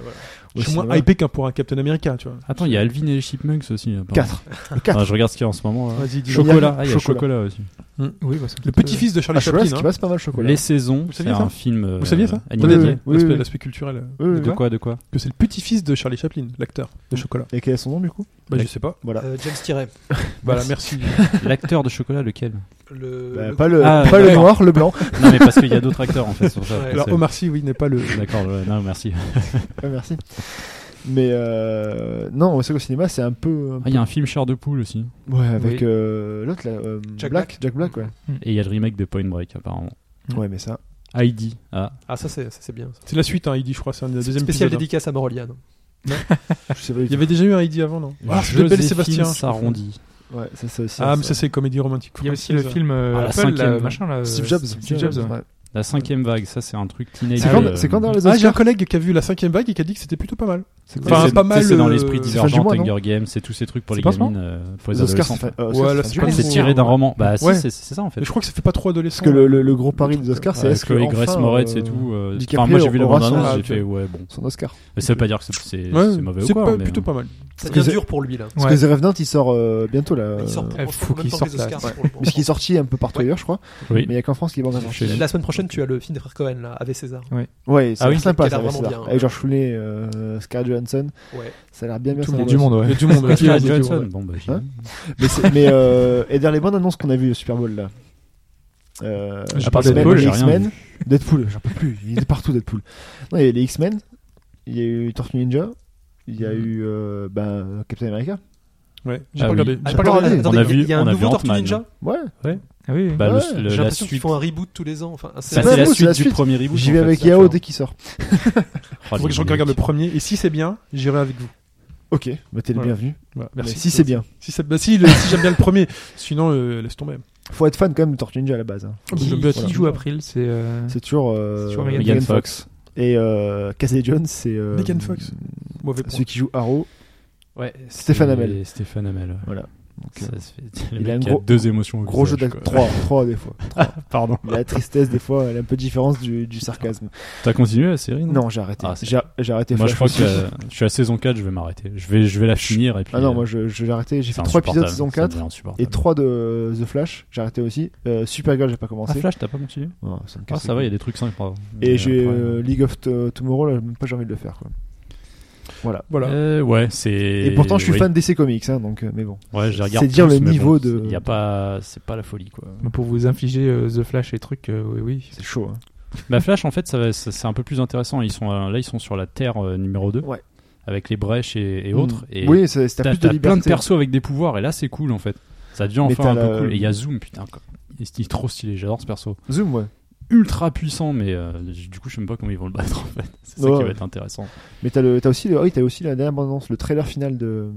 S2: au
S1: Je suis moins
S2: cinéma.
S1: hypé qu'un pour un Captain America, tu vois.
S3: Attends, il y a Alvin et les Chipmunks aussi. hein, apparemment.
S2: Quatre. Le quatre.
S3: Ah, je regarde ce qu'il y a en ce moment. là.
S1: Vas-y, dis
S2: Chocolat.
S3: Chocolat. Ah, il y a
S2: Chocolat.
S3: chocolat, aussi.
S5: Oui, bah, ça peut
S1: Le
S5: être, euh,
S1: petit-fils de Charlie
S2: Ah, chocolat,
S1: Chaplin.
S2: ce qui
S1: hein.
S2: passe pas mal, chocolat.
S3: Les saisons.
S1: Vous
S3: C'est
S1: saviez ça
S3: un film. euh,
S1: Vous saviez ça
S3: animé.
S2: Oui, oui.
S1: L'aspect- L'aspect culturel. euh,
S2: Oui, oui,
S3: De
S2: oui.
S3: quoi, de quoi
S1: Que c'est le petit-fils de Charlie Chaplin, l'acteur de chocolat.
S2: Et quel est son nom, du coup
S1: Bah, je
S3: L'ac-
S1: sais pas.
S2: Voilà.
S4: Euh, James Tiret.
S1: Voilà, merci.
S3: L'acteur de chocolat, lequel
S1: Euh,
S4: Le,
S2: Bah, Pas
S4: le-
S2: le
S3: Ah,
S2: pas le
S3: d'accord.
S2: noir, le blanc.
S3: Non, mais parce qu'il y a d'autres acteurs en fait. sur ça.
S4: Ouais.
S1: Alors,
S3: C'est-
S1: Omar Sy, oui, n'est pas le.
S3: D'accord, ouais, non, merci.
S2: Ah, Merci. Mais euh, non, c'est vrai qu'au cinéma, c'est un peu.
S3: Ah, Il y a un film Char de Poule aussi.
S2: Ouais, avec
S5: Oui.
S2: euh, l'autre là, euh,
S4: Jack
S2: Black, Jack Black, ouais.
S3: Et il y a le remake de Point Break, apparemment.
S5: Mm.
S2: Ouais, mais ça,
S3: Heidi. Ah.
S4: Ah, ça, c'est ça, c'est bien. ça.
S1: C'est la suite, hein, Heidi, je crois, c'est un des deuxième
S4: Spécial
S1: épisode, hein.
S4: dédicace à Moroliane.
S2: Je sais pas
S1: Il y avait déjà eu un Heidi avant, non Ah, je l'appelle
S3: Joséphine
S1: Sébastien. je crois.
S3: s'arrondit.
S2: Ouais, c'est ça aussi.
S1: Ah, mais ça, c'est comédie romantique.
S5: Il y a aussi le
S1: française.
S5: film euh,
S3: Ah, la
S5: Apple,
S3: cinquième.
S5: là, machin là.
S2: Steve Jobs.
S5: Steve Jobs. ouais.
S2: ouais.
S3: La cinquième vague, ça c'est un truc euh, teenage.
S2: C'est
S5: Ah,
S2: quand,
S5: le-
S2: c'est quand dans les
S1: Ah, j'ai un
S2: Oscars
S1: collègue qui a vu la cinquième vague et qui a dit que c'était plutôt pas mal.
S2: C'est quoi,
S1: Enfin,
S2: les-
S1: pas mal.
S3: C'est dans
S1: euh,
S3: l'esprit
S1: fin du
S3: divergent,
S2: mois, non
S3: Hunger Games, c'est tous ces trucs pour
S5: C'est
S3: les
S5: pas ce mois
S3: gamines, euh, pour les
S2: les Oscars,
S3: adolescents.
S2: c'est fait. euh,
S1: Ouais, là,
S2: c'est
S1: c'est
S2: du
S1: pas
S2: mois.
S3: C'est
S1: Ouais.
S3: tiré d'un roman. Bah si,
S1: Ouais.
S3: c'est c'est ça en fait.
S1: Mais je crois que ça fait pas trop adolescent. hein.
S2: Parce que le, le- le gros pari des Oscars, c'est
S3: Ouais,
S2: est-ce que.
S3: Chloé Grace
S2: enfin,
S3: Moretz et
S2: euh,
S3: tout. euh,
S2: DiCaprio
S3: Enfin, moi j'ai vu la
S2: aura
S3: bande annonce,
S2: son-
S3: j'ai fait ouais bon.
S2: Son Oscar.
S3: Mais ça veut pas dire que c'est- c'est
S1: Ouais,
S3: c'est mauvais ou
S1: c'est
S3: quoi.
S1: pas-
S3: mais- euh,
S1: plutôt pas mal.
S4: Ça
S2: que
S4: devient
S2: c'est-
S4: dur pour lui, là.
S2: Parce que The Revenant, il sort euh, bientôt là.
S4: Il sort pour
S5: euh,
S4: je crois,
S5: faut
S4: en même
S5: qu'il
S4: temps que les
S5: sorte, là.
S4: Oscars, pour le- pour
S2: Parce qu'il euh, est sorti un peu partout
S4: Ouais.
S2: ailleurs, je crois.
S3: Oui.
S2: Mais il y a qu'en France qui est en avant.
S3: Chez les-
S4: La semaine prochaine, tu as le film des frères Cohen, là, avec César.
S5: Ouais.
S2: Ouais, c'est
S3: Ah oui,
S2: sympa
S4: qui a
S2: ça.
S4: l'air
S2: ouais,
S4: vraiment
S2: ça.
S4: bien.
S2: Avec George Clooney, euh, Scarlett Johansson,
S4: Ouais. Ah,
S2: ça a l'air bien bien.
S5: Tout
S2: ça,
S5: le monde.
S2: ouais.
S5: Du monde,
S1: Il y
S5: ouais.
S1: a du monde.
S3: Scarlett
S1: ouais.
S5: Scarlett
S3: Johansson.
S5: Johansson.
S3: Bon bah j'y
S2: Hein
S3: vais.
S2: Mais, c'est- mais euh, et derrière les bandes annonces qu'on a vu au Super Bowl là. Euh,
S5: J'ai
S2: à part
S5: pas
S2: les
S5: Deadpool,
S2: X-Men,
S5: j'ai
S2: les
S3: rien vu.
S2: X-Men, Deadpool, j'en peux plus, il est partout Deadpool. Non, il y a eu les X-Men, il y a eu Tortue Ninja, il y a eu euh, ben, Captain America.
S1: Ouais, j'ai
S3: Ah
S1: pas
S3: oui.
S1: regardé.
S2: J'ai pas
S4: attendez,
S2: regardé.
S4: attendez,
S3: On a
S4: il y a-
S3: vu-
S4: il y a un
S3: on a vu
S4: nouveau Tortue
S3: Ant-Man.
S4: Ninja.
S2: Ouais,
S5: Ah oui. oui.
S3: Bah, le-
S2: Ouais.
S3: le-
S4: J'ai
S3: la
S4: l'impression qu'ils
S3: suite.
S4: font un reboot tous les ans. Enfin,
S3: Bah,
S2: pas
S3: c'est
S2: un
S3: la
S2: reboot, c'est la
S3: suite du
S2: suite.
S3: premier reboot.
S2: J'y
S3: en
S2: vais
S3: fait,
S2: avec
S3: ça, tu
S2: Yao
S3: vois.
S2: dès qu'il sort.
S3: Oh,
S1: Faudrait que
S3: les
S1: je regarde le
S3: mecs.
S1: premier et si c'est bien, j'irai avec vous.
S2: Ok, bah t'es le
S1: Voilà.
S2: bienvenu.
S1: Voilà,
S2: Mais
S1: merci.
S2: si c'est bien.
S1: Si, ça- bah, si, le- si j'aime bien le premier, sinon euh, laisse tomber.
S2: Faut être fan quand même de Tortue Ninja à la base. hein.
S1: Ah, bah,
S5: Qui,
S1: j'aime bien
S5: qui
S1: ça.
S5: joue April C'est. euh,
S2: C'est toujours, euh,
S5: C'est toujours Megan
S3: Megan Fox.
S2: Et euh, Casey Jones, c'est. euh,
S1: Megan Fox. Mauvais point.
S2: Celui qui joue Arrow.
S3: Ouais.
S2: Stéphane Hamel.
S3: Et Stéphane Hamel. ouais.
S2: Voilà. Donc, euh,
S3: Ça se fait- le
S2: il a
S3: mec
S2: un
S3: qui
S2: gros-
S3: deux émotions. au
S2: Gros jeu
S3: visage,
S2: d'acteur.
S3: quoi.
S2: 3, 3 des fois.
S3: Pardon.
S2: La tristesse, des fois, elle est un peu différente du, du sarcasme.
S3: T'as continué la série
S2: Non, j'ai arrêté.
S3: Ah, c'est-
S2: j'ai j'ai arrêté.
S3: Moi, je crois
S2: Flash
S3: que
S2: aussi.
S3: euh, je suis à saison 4, je vais m'arrêter. Je vais, je vais la finir et puis.
S2: Ah non,
S3: euh,
S2: moi, je- je- j'ai arrêté. J'ai
S3: c'est
S2: fait 3 épisodes
S3: insupportable,
S2: saison
S3: ça
S2: 4
S3: devient insupportable.
S2: et 3 de euh, The Flash. J'ai arrêté aussi. Euh, Supergirl, j'ai pas
S3: Ah,
S2: commencé.
S3: Flash, t'as pas continué
S2: Oh, ça me
S3: Ah,
S2: casse
S3: ça
S2: les
S3: va, il y a
S2: couilles.
S3: des trucs sympas.
S2: Et
S3: Mais
S2: j'ai
S3: après,
S2: euh, League of T- Tomorrow, là, même pas j'ai envie de le faire. Quoi.
S1: Voilà.
S3: euh, ouais, c'est.
S2: Et, pourtant, je suis
S3: oui.
S2: fan d'essais comics, hein, donc, euh, mais bon.
S3: Ouais, je les regarde
S2: C'est dire
S3: tous,
S2: le
S3: mais bon,
S2: niveau de-
S3: c'est- Y a pas, c'est pas la folie quoi.
S5: Pour vous infliger euh, The Flash et trucs, euh, oui, oui.
S2: C'est chaud. hein.
S3: Bah Flash, en fait, ça va- ça- c'est un peu plus intéressant. Ils sont euh, là, ils sont sur la Terre euh, numéro 2
S2: Ouais.
S3: avec les brèches et, et autres. Et
S2: Mm. oui, c'est- c'est- t'as
S3: t'as
S2: plus de
S3: t'as plein de
S2: liberté.
S3: persos avec des pouvoirs. Et là, c'est cool en fait. Ça devient
S2: Mais
S3: enfin un
S2: t'as
S3: peu
S2: la-
S3: cool. Et il y a Zoom, putain, quoi. il est il est trop stylé. J'adore ce perso.
S2: Zoom, ouais.
S3: Ultra puissant, mais euh, j- du coup, je sais même pas comment ils vont le battre en fait. C'est ça
S2: Ouais,
S3: qui
S2: ouais.
S3: va être intéressant.
S2: Mais t'as le- t'as aussi, le- ah oui, t'as aussi la dernière bande-annonce, le trailer final de euh,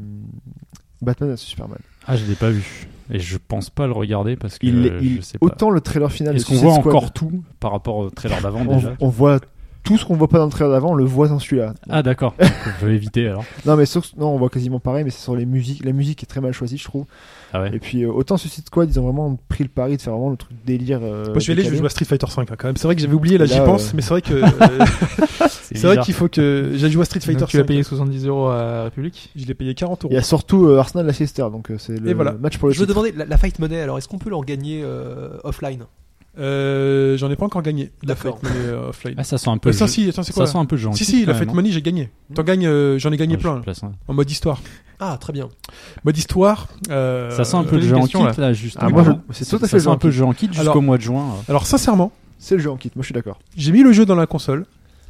S2: Batman vs Superman.
S3: Ah, je l'ai pas vu. Et je pense pas le regarder parce que
S2: Il,
S3: euh,
S2: il-
S3: je sais pas.
S2: autant le trailer final.
S3: Est-ce
S2: de
S3: qu'on
S2: Suicide
S3: voit
S2: Squad,
S3: encore tout par rapport au trailer d'avant
S2: on,
S3: déjà
S2: on voit tout ce qu'on voit pas dans le trailer d'avant, on le voit dans celui-là.
S3: Ah d'accord, Donc, je vais éviter alors.
S2: Non, mais sauf- non, on voit quasiment pareil, mais c'est sur les musiques. La musique est très mal choisie, je trouve.
S3: Ah ouais.
S2: Et puis euh, autant Suicide Squad, ils ont vraiment pris le pari de faire vraiment le truc délire. euh,
S1: Moi, je vais aller, je vais
S2: décalé.
S1: jouer à Street Fighter 5 quand même. C'est vrai que j'avais oublié, là,
S2: Là,
S1: j'y
S2: euh,
S1: pense, mais c'est vrai que euh, c'est vrai
S3: bizarre.
S1: qu'il faut que j'aille jouer à Street Fighter
S5: Donc,
S1: 5.
S5: tu as payé 70 euros à République
S1: Je l'ai payé 40
S2: Il y
S1: euros.
S2: a surtout euh, Arsenal Leicester, donc euh, c'est le
S1: Et voilà.
S2: match pour le
S4: Je me
S2: titre.
S4: demandais, la, la fight money, alors est-ce qu'on peut l'en gagner euh, offline
S1: Euh, J'en ai pas encore gagné. La fête
S4: D'accord.
S1: money euh, offline.
S3: Ah, ça sent un peu.
S1: Euh,
S3: le
S1: ça,
S3: jeu-
S1: si, attends, c'est
S3: Ça
S1: quoi
S3: sent un peu le jeu
S1: Si,
S3: antique,
S1: si, la
S3: quand
S1: fête
S3: même, hein.
S1: money, j'ai gagné. T'en gagnes, euh, j'en ai gagné
S3: Ah, je
S1: plein,
S3: place, hein.
S1: en mode histoire.
S4: Ah, très bien.
S1: Mode histoire. euh,
S3: Ça sent un peu
S5: euh,
S3: le jeu en kit
S5: question,
S3: là,
S5: là.
S3: juste.
S2: Ah,
S3: Oui,
S2: moi,
S3: pardon.
S2: je- c'est tout à
S3: Ça
S2: fait le
S3: sent
S2: jeu
S3: un
S2: en
S3: peu
S2: kit.
S3: le jeu en kit jusqu'au
S1: Alors-
S3: mois de juin. là.
S1: Alors sincèrement,
S2: C'est le jeu en kit. Moi, je suis d'accord.
S1: j'ai mis le jeu dans la console.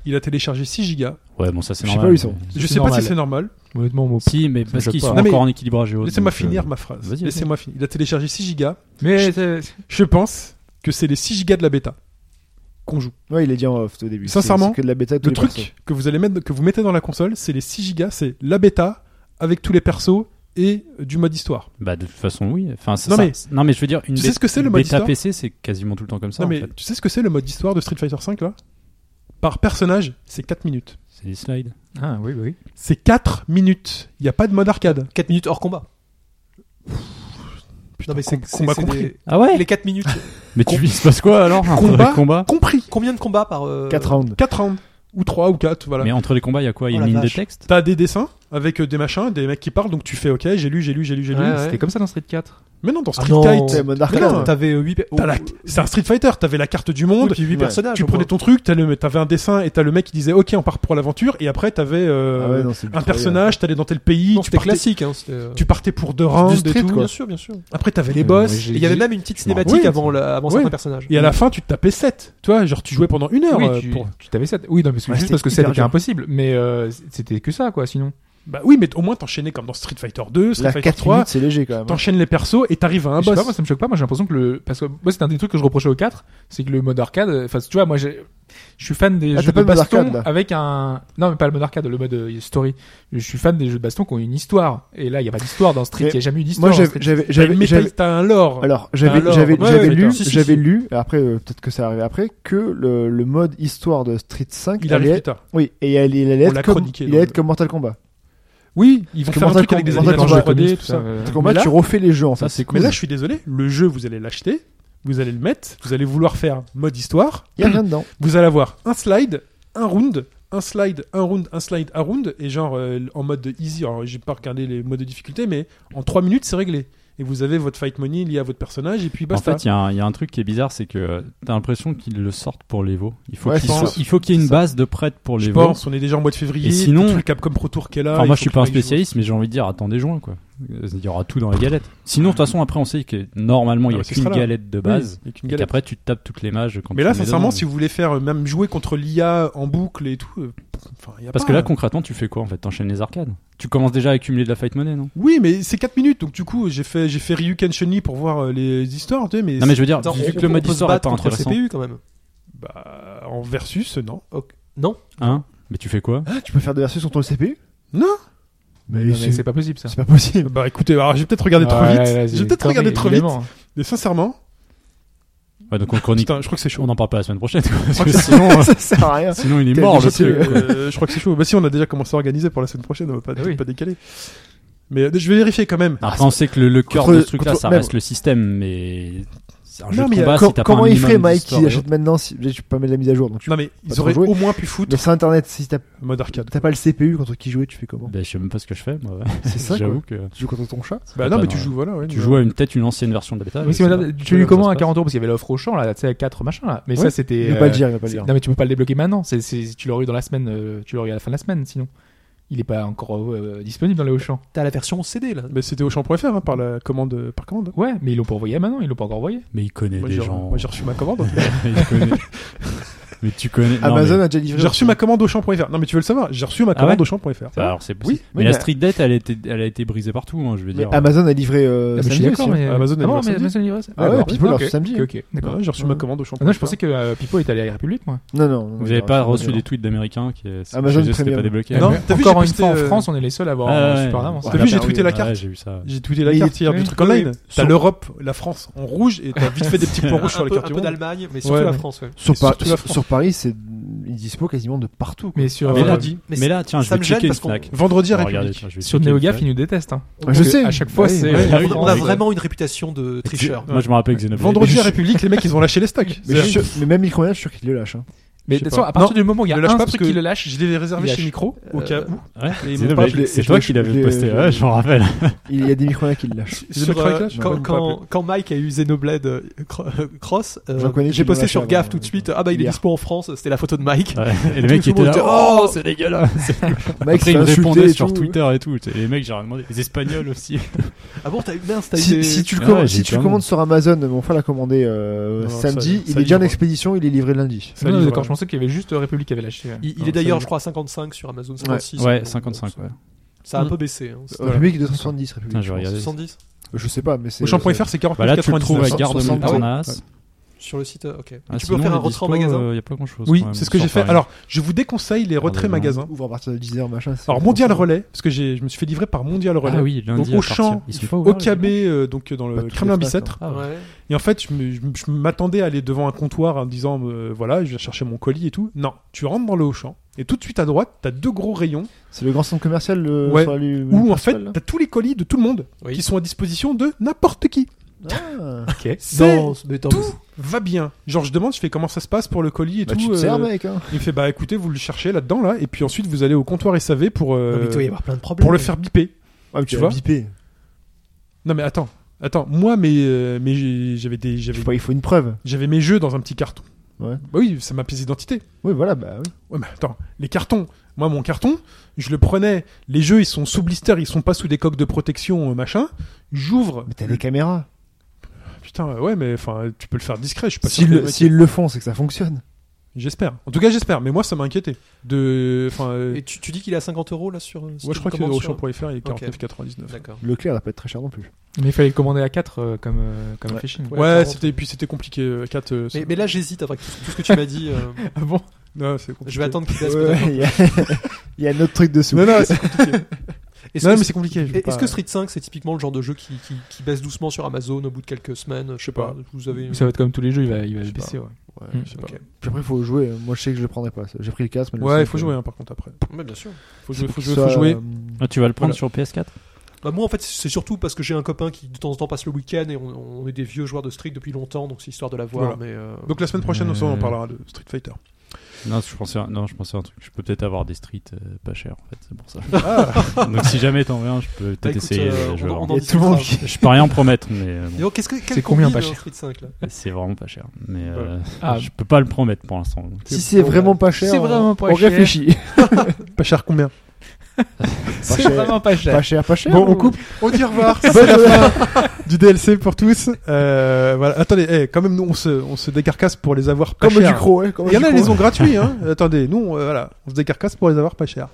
S1: Il a téléchargé 6 gigas.
S3: Ouais, bon, ça c'est
S2: Je sais
S3: normal.
S2: pas où ils
S3: mais-
S1: Je sais pas
S5: normal.
S1: si c'est normal.
S5: Honnêtement, mon
S3: Si, mais parce
S5: choque
S3: qu'ils
S5: pas.
S3: sont
S1: Non, mais-
S3: encore en équilibrage et autres.
S1: Laissez-moi
S3: donc, euh,
S1: finir ma phrase.
S3: vas-y, vas-y.
S1: Laissez-moi finir. Il a téléchargé 6 gigas.
S5: Mais c'est-
S1: Je pense que c'est les 6 gigas de la bêta qu'on joue.
S2: Ouais, il est dit en off au début. C'est-
S1: Sincèrement,
S2: c'est que de la bêta, tous
S1: Le
S2: les
S1: truc
S2: persos.
S1: que vous allez mettre, que vous mettez dans la console, c'est les 6 gigas, c'est la bêta avec tous les persos et euh, du mode histoire.
S3: Bah, de toute façon, oui. Enfin, ça-
S1: Non,
S3: ça-
S1: mais-
S3: non, mais je veux dire, une
S1: Tu sais
S3: bêta-
S1: ce que c'est, le
S3: une
S1: mode
S3: bêta
S1: histoire
S3: PC, c'est quasiment tout le temps comme ça.
S1: non
S3: en
S1: mais
S3: fait.
S1: tu sais ce que c'est le mode histoire de Street Fighter 5 là Par personnage, c'est 4 minutes.
S3: C'est des slides.
S5: Ah oui, bah oui.
S1: C'est 4 minutes. Il n'y a pas de mode arcade.
S4: 4 minutes hors combat.
S1: Putain,
S4: non, mais c'est
S1: com-
S4: c'est-
S1: combat
S4: c'est
S1: compris.
S4: des-
S3: Ah ouais
S4: Les 4 minutes.
S3: Mais tu il se passe quoi alors entre
S1: Combat-
S3: les combats
S1: Compris.
S4: Combien de combats par. euh,
S2: 4 rounds.
S1: 4 rounds ou 3 ou 4 voilà.
S3: Mais entre les combats, il y a quoi Il y a
S4: Oh
S3: une
S4: la
S3: ligne de
S4: vache.
S3: texte
S1: T'as des dessins avec euh, des machins, des mecs qui parlent donc tu fais OK, j'ai lu, j'ai lu, j'ai lu, j'ai lu.
S4: Ouais, ouais.
S5: C'était comme ça dans Street 4.
S1: Mais non, dans
S4: Ah
S1: Street
S4: non.
S1: Fighter,
S2: C'est mode arcade.
S1: non,
S4: T'avais 8
S1: t'as la- c'est un Street Fighter, t'avais la carte du monde.
S2: Ouais.
S4: personnages.
S1: tu
S4: au
S1: prenais
S4: moins.
S1: ton truc, t'as le- t'avais un dessin et t'as le mec qui disait ok on part pour l'aventure et après t'avais euh,
S2: Ah ouais, non, c'est
S1: un
S2: incroyable.
S1: personnage, t'allais dans tel pays,
S4: Non,
S1: tu,
S4: C'était
S1: partais,
S4: classique. Hein, c'était, euh,
S1: tu partais pour deux
S2: du
S1: rounds,
S2: street,
S1: et tout.
S2: quoi.
S4: Bien sûr, bien sûr.
S1: après t'avais les
S5: Euh,
S1: boss
S5: moi, j'ai-
S4: Il y avait même une petite cinématique
S1: Oui.
S4: avant, la, avant
S1: Ouais.
S4: certains personnages.
S1: et à la fin tu te tapais 7 tu vois genre tu jouais pendant une heure
S5: oui,
S1: euh,
S5: tu,
S1: pour-
S5: tu t'avais ça. Oui, non, parce que
S2: Ouais,
S5: juste
S2: c'était
S5: parce que ça
S2: hyper
S5: était
S2: dur.
S5: impossible. Mais euh, c'était que ça, quoi, sinon.
S1: Bah oui, mais au moins t'enchaînais comme dans Street Fighter 2, Street
S2: La
S1: Fighter
S2: 4
S1: 3,
S2: minutes, c'est léger quand même. hein.
S1: t'enchaînes les persos et t'arrives à un
S5: Je sais
S1: boss.
S5: pas, moi ça me choque pas, moi j'ai l'impression que le. Parce que moi c'est un des trucs que je reprochais au 4, c'est que le mode arcade. euh, Enfin, tu vois, moi j'ai- Je suis fan des
S2: Ah,
S5: jeux
S2: t'as pas
S5: de
S2: le mode
S5: baston
S2: arcade, là.
S5: avec un. Non, mais pas le mode arcade, le mode euh, story. Je suis fan des jeux de baston qui ont une histoire. Et là, il n'y a pas d'histoire dans Street,
S2: Mais
S5: il n'y a jamais eu d'histoire.
S2: Moi, j'avais,
S5: dans Street.
S2: j'avais,
S1: T'as une
S2: j'avais,
S1: méta-
S2: j'avais-
S1: t'as un lore.
S2: alors, j'avais,
S1: Alors,
S2: j'avais,
S1: ouais,
S2: j'avais
S1: ouais,
S2: lu,
S1: si, si,
S2: j'avais
S1: si.
S2: lu. Après, euh, peut-être que ça arrive après que le, le mode histoire de Street 5
S1: Il arrive
S2: allait-
S1: plus tard.
S2: Oui, et il allait, il allait
S1: On
S2: être
S1: l'a
S2: comme,
S1: chroniqué
S2: il
S1: dans
S2: allait être
S1: le-
S2: comme Mortal Kombat.
S1: Oui, ils vont
S2: Parce que
S1: faire un
S2: Mortal
S1: truc avec des
S2: Kombat,
S1: animations
S2: Mortal
S1: 3D,
S5: Kombat,
S1: tout ça.
S5: euh,
S2: Mortal
S1: Mais
S2: Kombat,
S1: là-
S2: tu refais les jeux en fait.
S3: Ça, c'est cool.
S1: Mais là, je suis désolé, le jeu, vous allez l'acheter, vous allez le mettre, vous allez vouloir faire mode histoire,
S2: Il y a rien dedans.
S1: vous allez avoir un slide, un round, un slide, un round, un slide, un round, et genre euh, en mode easy. Alors, j'ai pas regardé les modes de difficulté, mais en 3 minutes, c'est réglé. Et vous avez votre fight money lié à votre personnage, et puis
S3: En
S1: basta.
S3: fait, il y, a un- il y a un truc qui est bizarre, c'est que euh, t'as l'impression qu'ils le sortent pour les veaux. Il faut
S2: Ouais,
S3: qu'il
S2: je
S3: soit-
S2: pense.
S3: il faut qu'il y ait une base de prête pour les
S1: je
S3: veaux.
S1: pense, on est déjà en mois de février,
S3: Et sinon-
S1: t'as tout le Capcom Pro Tour qui est là.
S3: Enfin,
S1: Ah il
S3: moi,
S1: faut
S3: je suis
S1: que
S3: pas un
S1: les mecs jouent.
S3: spécialiste, mais j'ai envie de dire, attendez juin, quoi. Il y aura tout dans la galette. Sinon, de toute façon, après, on sait que normalement,
S1: Ah,
S3: il y a
S1: bah, ce
S3: qu'une
S1: sera là.
S3: galette de
S1: Oui,
S3: base.
S1: avec une
S3: Et
S1: galette.
S3: qu'après, tu te tapes toutes les mages quand
S1: Mais
S3: tu
S1: là,
S3: les demandes.
S1: sincèrement, si vous voulez faire euh, même jouer contre l'IA en boucle et tout, euh, pff, enfin, y a
S3: Parce
S1: pas,
S3: que là,
S1: euh,
S3: concrètement, tu fais quoi en fait T'enchaînes les arcades. Tu commences déjà à accumuler de la fight money, non
S1: Oui, mais c'est 4 minutes, donc du coup, j'ai fait, j'ai fait Ryuken Shunli pour voir euh, les histoires, tu sais, mais,
S3: Non, mais je veux dire,
S4: Attends,
S3: vu
S4: on-
S3: que le
S4: on
S3: mode
S4: peut se
S3: histoire est
S4: battre
S3: pas
S4: contre le
S3: intéressant.
S4: CPU quand même.
S1: bah, en versus, non.
S4: Non
S3: Hein Mais tu fais quoi
S2: Tu peux faire des versus contre le CPU
S1: Non.
S2: Mais
S5: Non, mais
S2: c'est,
S5: c'est pas possible ça.
S2: c'est pas possible.
S1: Bah écoutez, alors j'ai peut-être regardé trop
S5: Ouais,
S1: vite,
S5: ouais,
S1: j'ai peut-être
S5: non,
S1: regardé
S5: mais
S1: trop vite,
S5: évidemment.
S1: mais sincèrement,
S3: Ouais, donc on chronique.
S1: putain, je crois que c'est chaud.
S3: On en parle pas la semaine prochaine. quoi, parce
S1: crois
S3: que
S1: que
S3: sinon, euh,
S2: ça sert à rien.
S3: sinon, il
S2: T'es
S3: est mort
S2: déjà
S3: le
S1: Euh,
S3: truc. quoi.
S1: je crois que c'est chaud. Bah si, on a déjà commencé à organiser pour la semaine prochaine, on va pas,
S5: Ah oui.
S1: pas décaler. Mais euh, je vais vérifier quand même.
S3: Après, on sait que le, le cœur
S2: Contre-
S3: de ce truc-là,
S2: contre-
S3: ça
S2: même-
S3: reste le système, mais c'est un
S1: Non,
S3: jeu de
S1: mais, euh,
S3: combat.
S2: Com-
S3: si t'as pas
S2: comment
S3: un
S2: il ferait
S3: minimum
S2: Mike
S3: d'histoire
S2: qui
S3: de-
S2: achète maintenant si je peux pas mettre la mise à jour donc tu...
S1: Non mais ils
S2: trop
S1: auraient
S2: jouer.
S1: au moins pu foutre
S2: mais sur internet si t'as
S1: mode arcade.
S2: t'as pas le CPU contre qui jouer tu fais comment
S3: Ben, je sais même pas ce que je fais. moi, ouais.
S2: c'est ça quoi
S3: J'avoue que
S2: tu joues contre ton chat
S1: Bah non,
S3: pas
S1: mais tu
S3: dans-
S1: joues voilà. ouais,
S3: tu
S1: non.
S3: joues à une tête une ancienne version de la bêta.
S5: Oui,
S3: je
S5: c'est
S3: sais
S5: là,
S3: pas.
S5: tu l'as eu
S3: Comment
S5: comment
S3: ça
S5: à
S3: se
S5: 40 euros Parce qu'il y avait l'offre au champ, là, tu sais, à 4 machins, là. Mais
S1: Ouais.
S5: ça, c'était.
S2: il peut pas
S5: euh,
S2: le dire il va pas le dire
S5: Non, mais tu peux pas le débloquer maintenant. C'est, c'est- tu l'aurais eu dans la semaine, euh, tu l'aurais eu à la fin de la semaine, sinon. Il est pas encore euh, disponible dans les Auchan.
S4: T'as la version CD là.
S1: Mais c'était au champ.fr hein, par la commande euh, par commande.
S5: Ouais, mais ils l'ont pas envoyé maintenant, ils l'ont pas encore envoyé.
S3: Mais il connaît
S1: Moi
S3: des
S1: j'ai
S3: gens.
S1: moi, j'ai reçu ma commande.
S3: Il connaît. Mais tu connais. non,
S2: Amazon
S3: mais-
S2: a déjà livré
S1: J'ai reçu ma commande au champ.fr. Non mais tu veux le savoir, j'ai reçu ma
S3: Ah
S1: commande
S3: ouais
S1: au champ.fr.
S3: Bah, alors, c'est
S1: Oui,
S3: oui, mais
S2: oui,
S3: la
S2: mais-
S3: street date, elle a été, elle a été brisée partout. hein, je veux
S2: mais
S3: dire.
S2: Amazon a livré euh,
S5: Ah, mais je
S2: samedi
S5: suis d'accord,
S2: aussi, hein.
S5: mais.
S1: Amazon,
S5: ah,
S1: elle l'a
S5: non, mais
S1: samedi.
S5: Amazon, il reste.
S2: Ah ouais,
S5: d'accord.
S2: Pipo,
S5: Ok,
S2: alors, c'est samedi.
S5: Ok, ok, d'accord.
S1: Ouais, j'ai reçu
S2: Ouais.
S1: ma commande au champ.
S5: Ah non, je pensais que euh, Pipo était allé à la République, moi.
S2: non non non,
S3: Vous avez
S2: non,
S3: pas
S2: non,
S3: reçu
S2: non.
S3: des tweets d'américains qui euh, c'est-
S2: Amazon
S3: chez eux, c'était
S2: Premium.
S3: pas débloqué.
S1: Non,
S5: Mais
S1: t'as vu, j'ai
S5: encore une
S1: posté,
S5: fois, en
S1: euh,
S5: France, on est les seuls à avoir
S3: Ah,
S5: un
S3: ouais.
S5: super d'avance.
S1: T'as
S2: Ouais,
S1: vu, j'ai
S2: bah oui,
S1: tweeté la
S3: Ouais,
S1: carte.
S3: j'ai vu ça.
S1: J'ai tweeté la
S2: Mais il
S1: carte hier du
S5: oui,
S1: truc en ligne.
S5: oui.
S1: T'as
S3: Sur-
S1: l'Europe, la France en rouge et t'as vite fait des petits points rouges sur
S4: un
S1: les
S4: peu, un
S1: cartes du
S4: peu
S1: monde.
S4: d'Allemagne, mais surtout
S1: Ouais,
S4: la
S1: ouais.
S4: France. Ouais.
S2: sur,
S1: Surtout
S2: par-
S1: la
S2: sur,
S1: France.
S2: sur Paris c'est ils dispo quasiment de partout quoi.
S5: Mais sur,
S1: Ah, Mais
S5: euh,
S1: là,
S3: Mais, là, tiens, je
S4: ça
S3: vais
S4: me gêne
S3: checker une
S4: parce qu'on-
S3: Fnac.
S1: Vendredi à
S3: Oh,
S1: République.
S3: regardez, tiens, je vais
S5: sur
S3: checker une
S5: NeoGaf,
S3: Fnac.
S5: ils nous détestent. hein.
S2: Ah, je
S5: Parce que
S2: sais.
S5: À chaque fois,
S2: Ouais,
S5: c'est. euh,
S2: ouais.
S5: la
S3: oui,
S5: France.
S4: On a
S3: Ouais.
S4: vraiment une réputation de tricheur.
S3: Moi, je me rappelle que Xenoblade.
S1: Vendredi à République, les mecs ils ont lâché les stocks.
S2: mais, je suis sûr- mais même Microman je suis sûr qu'ils le lâchent hein.
S5: Mais
S1: Je sais
S5: de toute façon,
S1: pas.
S5: à partir
S1: Non,
S5: du moment où il y a
S1: ne lâche
S5: un
S1: pas
S5: truc
S1: parce que-
S5: qui le lâche,
S1: Je l'ai réservé
S5: Il
S1: chez
S5: lâche.
S1: Micro au cas
S4: Euh,
S1: où.
S3: Ouais,
S1: ils
S3: Xenoblade,
S1: m'ont pas appelé.
S3: c'est
S2: Je
S3: toi
S2: l'ai-
S3: qui l'avais
S2: je l'ai-
S3: posté.
S2: je
S3: Ouais,
S2: l'ai-
S3: je m'en rappelle.
S2: il y a des Microman qui le lâchent
S1: Sur,
S4: Sur, euh,
S1: Crack Clash,
S4: quand,
S1: non,
S4: quand- quand Mike a eu Xenoblade euh, cro- euh, Cross, euh,
S2: J'en connais qui
S4: j'ai
S2: l'ont
S4: posté
S2: lâché
S4: sur
S2: avant,
S4: GAF
S2: ouais.
S4: tout de suite. Ah bah il est
S2: Hier.
S4: dispo en France, c'était la photo de Mike.
S3: Ouais. Et les
S4: Tout
S3: mecs qui
S4: le
S3: étaient
S4: monde
S3: là.
S4: était,
S3: Oh, c'est dégueulasse.
S2: Mike
S3: Après,
S2: s'est
S3: ils me
S2: insulté
S3: répondaient
S2: et
S3: sur
S2: tout.
S3: Twitter et tout. Et les mecs, j'ai rien demandé. Les Espagnols aussi.
S4: Ah bon, t'as eu mince, t'as eu
S2: si,
S4: des-
S2: si tu le
S3: Ah
S2: commandes,
S3: ouais,
S2: si
S3: j'ai
S2: tu
S3: quand
S2: le commandes sur Amazon, mon frère l'a commandé euh,
S1: Non, ça-
S2: samedi,
S1: ça
S2: il est déjà en
S1: livre.
S2: expédition, il est livré lundi.
S1: Ça
S5: Non, non,
S1: livre,
S5: d'accord,
S1: ouais.
S5: je pensais qu'il y avait juste euh, République qui avait lâché. ouais.
S4: Il, il
S5: Ouais,
S4: est d'ailleurs,
S5: ça-
S4: je crois, à 55 sur Amazon, 56.
S3: Ouais,
S4: Donc,
S3: 55.
S4: ça-
S3: Ouais.
S4: Ça a un peu baissé. hein.
S1: Voilà.
S2: République 270, République.
S3: Putain, je vais
S2: je pense.
S3: regarder.
S4: 70
S2: Je sais pas, mais c'est.
S1: Au champ.fr c'est 49,99.
S3: Bah là, tu le trouves à Gare de
S2: 60.
S3: Montparnasse.
S4: sur le site, euh, ok.
S3: Ah,
S4: tu
S3: sinon,
S4: peux faire un
S3: les
S4: retrait
S3: dispo,
S4: en magasin
S3: euh, y a pas grand chose.
S1: Oui, c'est ce que j'ai fait. Alors, je vous déconseille les retraits
S3: Regardez,
S1: magasins.
S2: Ouvre à partir de 10h, machin. c'est-
S1: Alors Mondial Relais, parce que j'ai- je me suis fait livrer par Mondial Relais.
S3: ah oui, Ah, Bah, lundi
S1: Donc,
S3: à
S1: au
S3: partir-
S1: champ,
S3: ils sont pas
S1: Au
S3: ouverts, les
S1: KB,
S3: gens
S1: euh, donc euh, dans
S2: Pas
S1: le
S2: tous les
S1: Kremlin-Bicêtre.
S3: Ah ouais.
S4: Ouais.
S1: Et en fait, je me- je je m'attendais à aller devant un comptoir en me disant, euh, voilà, je viens chercher mon colis et tout. Non, tu rentres dans le Auchan et tout de suite à droite, t'as deux gros rayons
S2: C'est le grand centre commercial le...
S1: Ouais.
S2: sur la rue-
S1: où en fait,
S2: principale, là
S1: t'as tous les colis de tout le monde
S4: Oui.
S1: qui sont à disposition de n'importe qui.
S2: Ah.
S1: C'est-
S4: Non, mais attends,
S1: tout va bien. Genre, je demande, je fais comment ça se passe pour le colis et
S2: Bah,
S1: tout.
S2: tu te
S1: euh,
S2: sers, mec. Hein.
S1: il me fait, bah écoutez, vous le cherchez là-dedans, là, et puis ensuite vous allez au comptoir SAV pour, euh,
S4: Non, mais il doit y avoir plein de problèmes.
S1: pour le faire biper.
S2: Ouais, mais
S1: tu
S2: tu vas
S1: vois
S2: bipé.
S1: Non, mais attends, attends, moi, mais, euh, mais j'ai- j'avais des.
S2: Je
S1: J'avais,
S2: sais pas, il faut une preuve.
S1: j'avais mes jeux dans un petit carton.
S2: Ouais.
S1: Bah oui, c'est ma pièce d'identité.
S2: Oui, voilà, bah oui.
S1: Ouais, mais attends, les cartons. Moi, mon carton, je le prenais. Les jeux, ils sont sous blister, ils sont pas sous des coques de protection, euh, machin. J'ouvre.
S2: Mais t'as des caméras.
S1: Putain, ouais, mais enfin, tu peux le faire discret. Je suis pas sûr
S2: S'ils
S1: que
S2: le-
S1: le mec-
S2: s'ils le font, c'est que ça fonctionne.
S1: J'espère. En tout cas, j'espère. Mais moi, ça m'a inquiété. De, enfin, euh,
S4: Et tu, tu dis qu'il est à 50 euros là sur.
S1: ouais, je crois que
S4: est
S1: au champ.fr, il est 49,99.
S4: D'accord.
S2: Leclerc, elle va pas être très cher non plus.
S5: Mais il fallait le commander à 4 comme, euh, comme
S2: Ouais.
S5: Fishing.
S1: Ouais,
S4: Ouais, 40.
S1: c'était, puis c'était compliqué. euh, 4, euh,
S4: Mais,
S1: c'est-
S4: mais là, j'hésite avec tout tout ce que tu m'as dit. euh,
S5: Ah bon
S1: Non, c'est compliqué.
S4: je vais attendre qu'il baisse.
S2: Ouais,
S4: peut-être.
S2: il y a- il y a un autre truc dessous.
S1: Non, non, c'est compliqué.
S4: Est-ce
S1: non, mais
S4: que c'est-
S1: c'est compliqué. je veux
S4: est-ce
S1: pas-
S4: que Street 5 c'est typiquement le genre de jeu qui, qui, qui baisse doucement sur Amazon au bout de quelques semaines Je sais pas. Vous avez.
S5: Ça va être comme tous les jeux, il va, il va
S2: Je sais
S5: baisser. Ouais.
S2: Ouais,
S5: Mm.
S2: je sais
S4: Ok.
S2: pas. Puis après, il faut jouer. Moi, je sais que je le prendrai pas. ça. J'ai pris le casque. mais le
S1: Ouais, il
S2: son,
S1: faut
S2: euh,
S1: jouer, hein, par contre, après.
S4: Ouais, bien sûr.
S1: Faut jouer, faut
S2: que
S1: jouer,
S2: ça,
S1: faut jouer.
S2: euh,
S3: Ah, tu vas le prendre
S1: Voilà.
S3: sur PS4
S4: Bah, moi en fait c'est surtout parce que j'ai un copain qui de temps en temps passe le week-end et on, on est des vieux joueurs de Street depuis longtemps donc c'est histoire de l'avoir. Mais euh,
S1: Donc la semaine prochaine, on s'en- on
S3: Euh.
S1: parlera de Street Fighter.
S3: Non, je pensais, à- non, je pensais à un truc. Je peux peut-être avoir des streets euh, pas chers, en fait, c'est pour ça.
S1: Ah,
S3: Donc si jamais t'en veux un, je peux peut-être
S4: bah, écoute,
S3: essayer.
S4: euh,
S3: je, vais
S4: on,
S1: hein.
S3: voir.
S4: on en
S2: Il y a tout le monde
S4: discutera.
S3: Je peux rien promettre, mais euh, bon,
S4: Dis donc, qu'est-ce que quelle
S5: C'est combien
S4: combine,
S5: pas
S4: hein,
S5: cher
S4: Street 5 là
S3: c'est vraiment pas cher. Mais euh,
S5: Ah.
S3: je peux pas le promettre pour l'instant.
S2: Si c'est vraiment pas cher,
S5: C'est
S2: on-
S5: vraiment pas
S2: on
S5: cher.
S2: réfléchit.
S1: pas cher combien
S5: C'est
S2: cher.
S5: vraiment pas cher.
S2: Pas cher, pas cher.
S1: Bon, on
S2: ou-
S1: coupe. On dit au revoir.
S2: C'est
S1: Bonne
S2: la
S1: fin du DLC pour tous. Euh, voilà. Attendez, eh, quand même, nous, on se, on se décarcasse pour les avoir pas
S2: Comme du
S1: chers.
S2: croc, ouais. comme
S1: Il y en
S2: du
S1: a, ils
S2: croc.
S1: les ont gratuits. Hein. Attendez, nous, on, euh, voilà, on se décarcasse pour les avoir pas chers.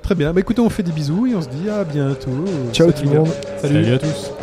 S1: Très bien. Bah écoutez, on fait des bisous et on se dit à bientôt. Salut,
S2: Ciao tout le
S1: les gars.
S2: monde.
S3: Salut à tous.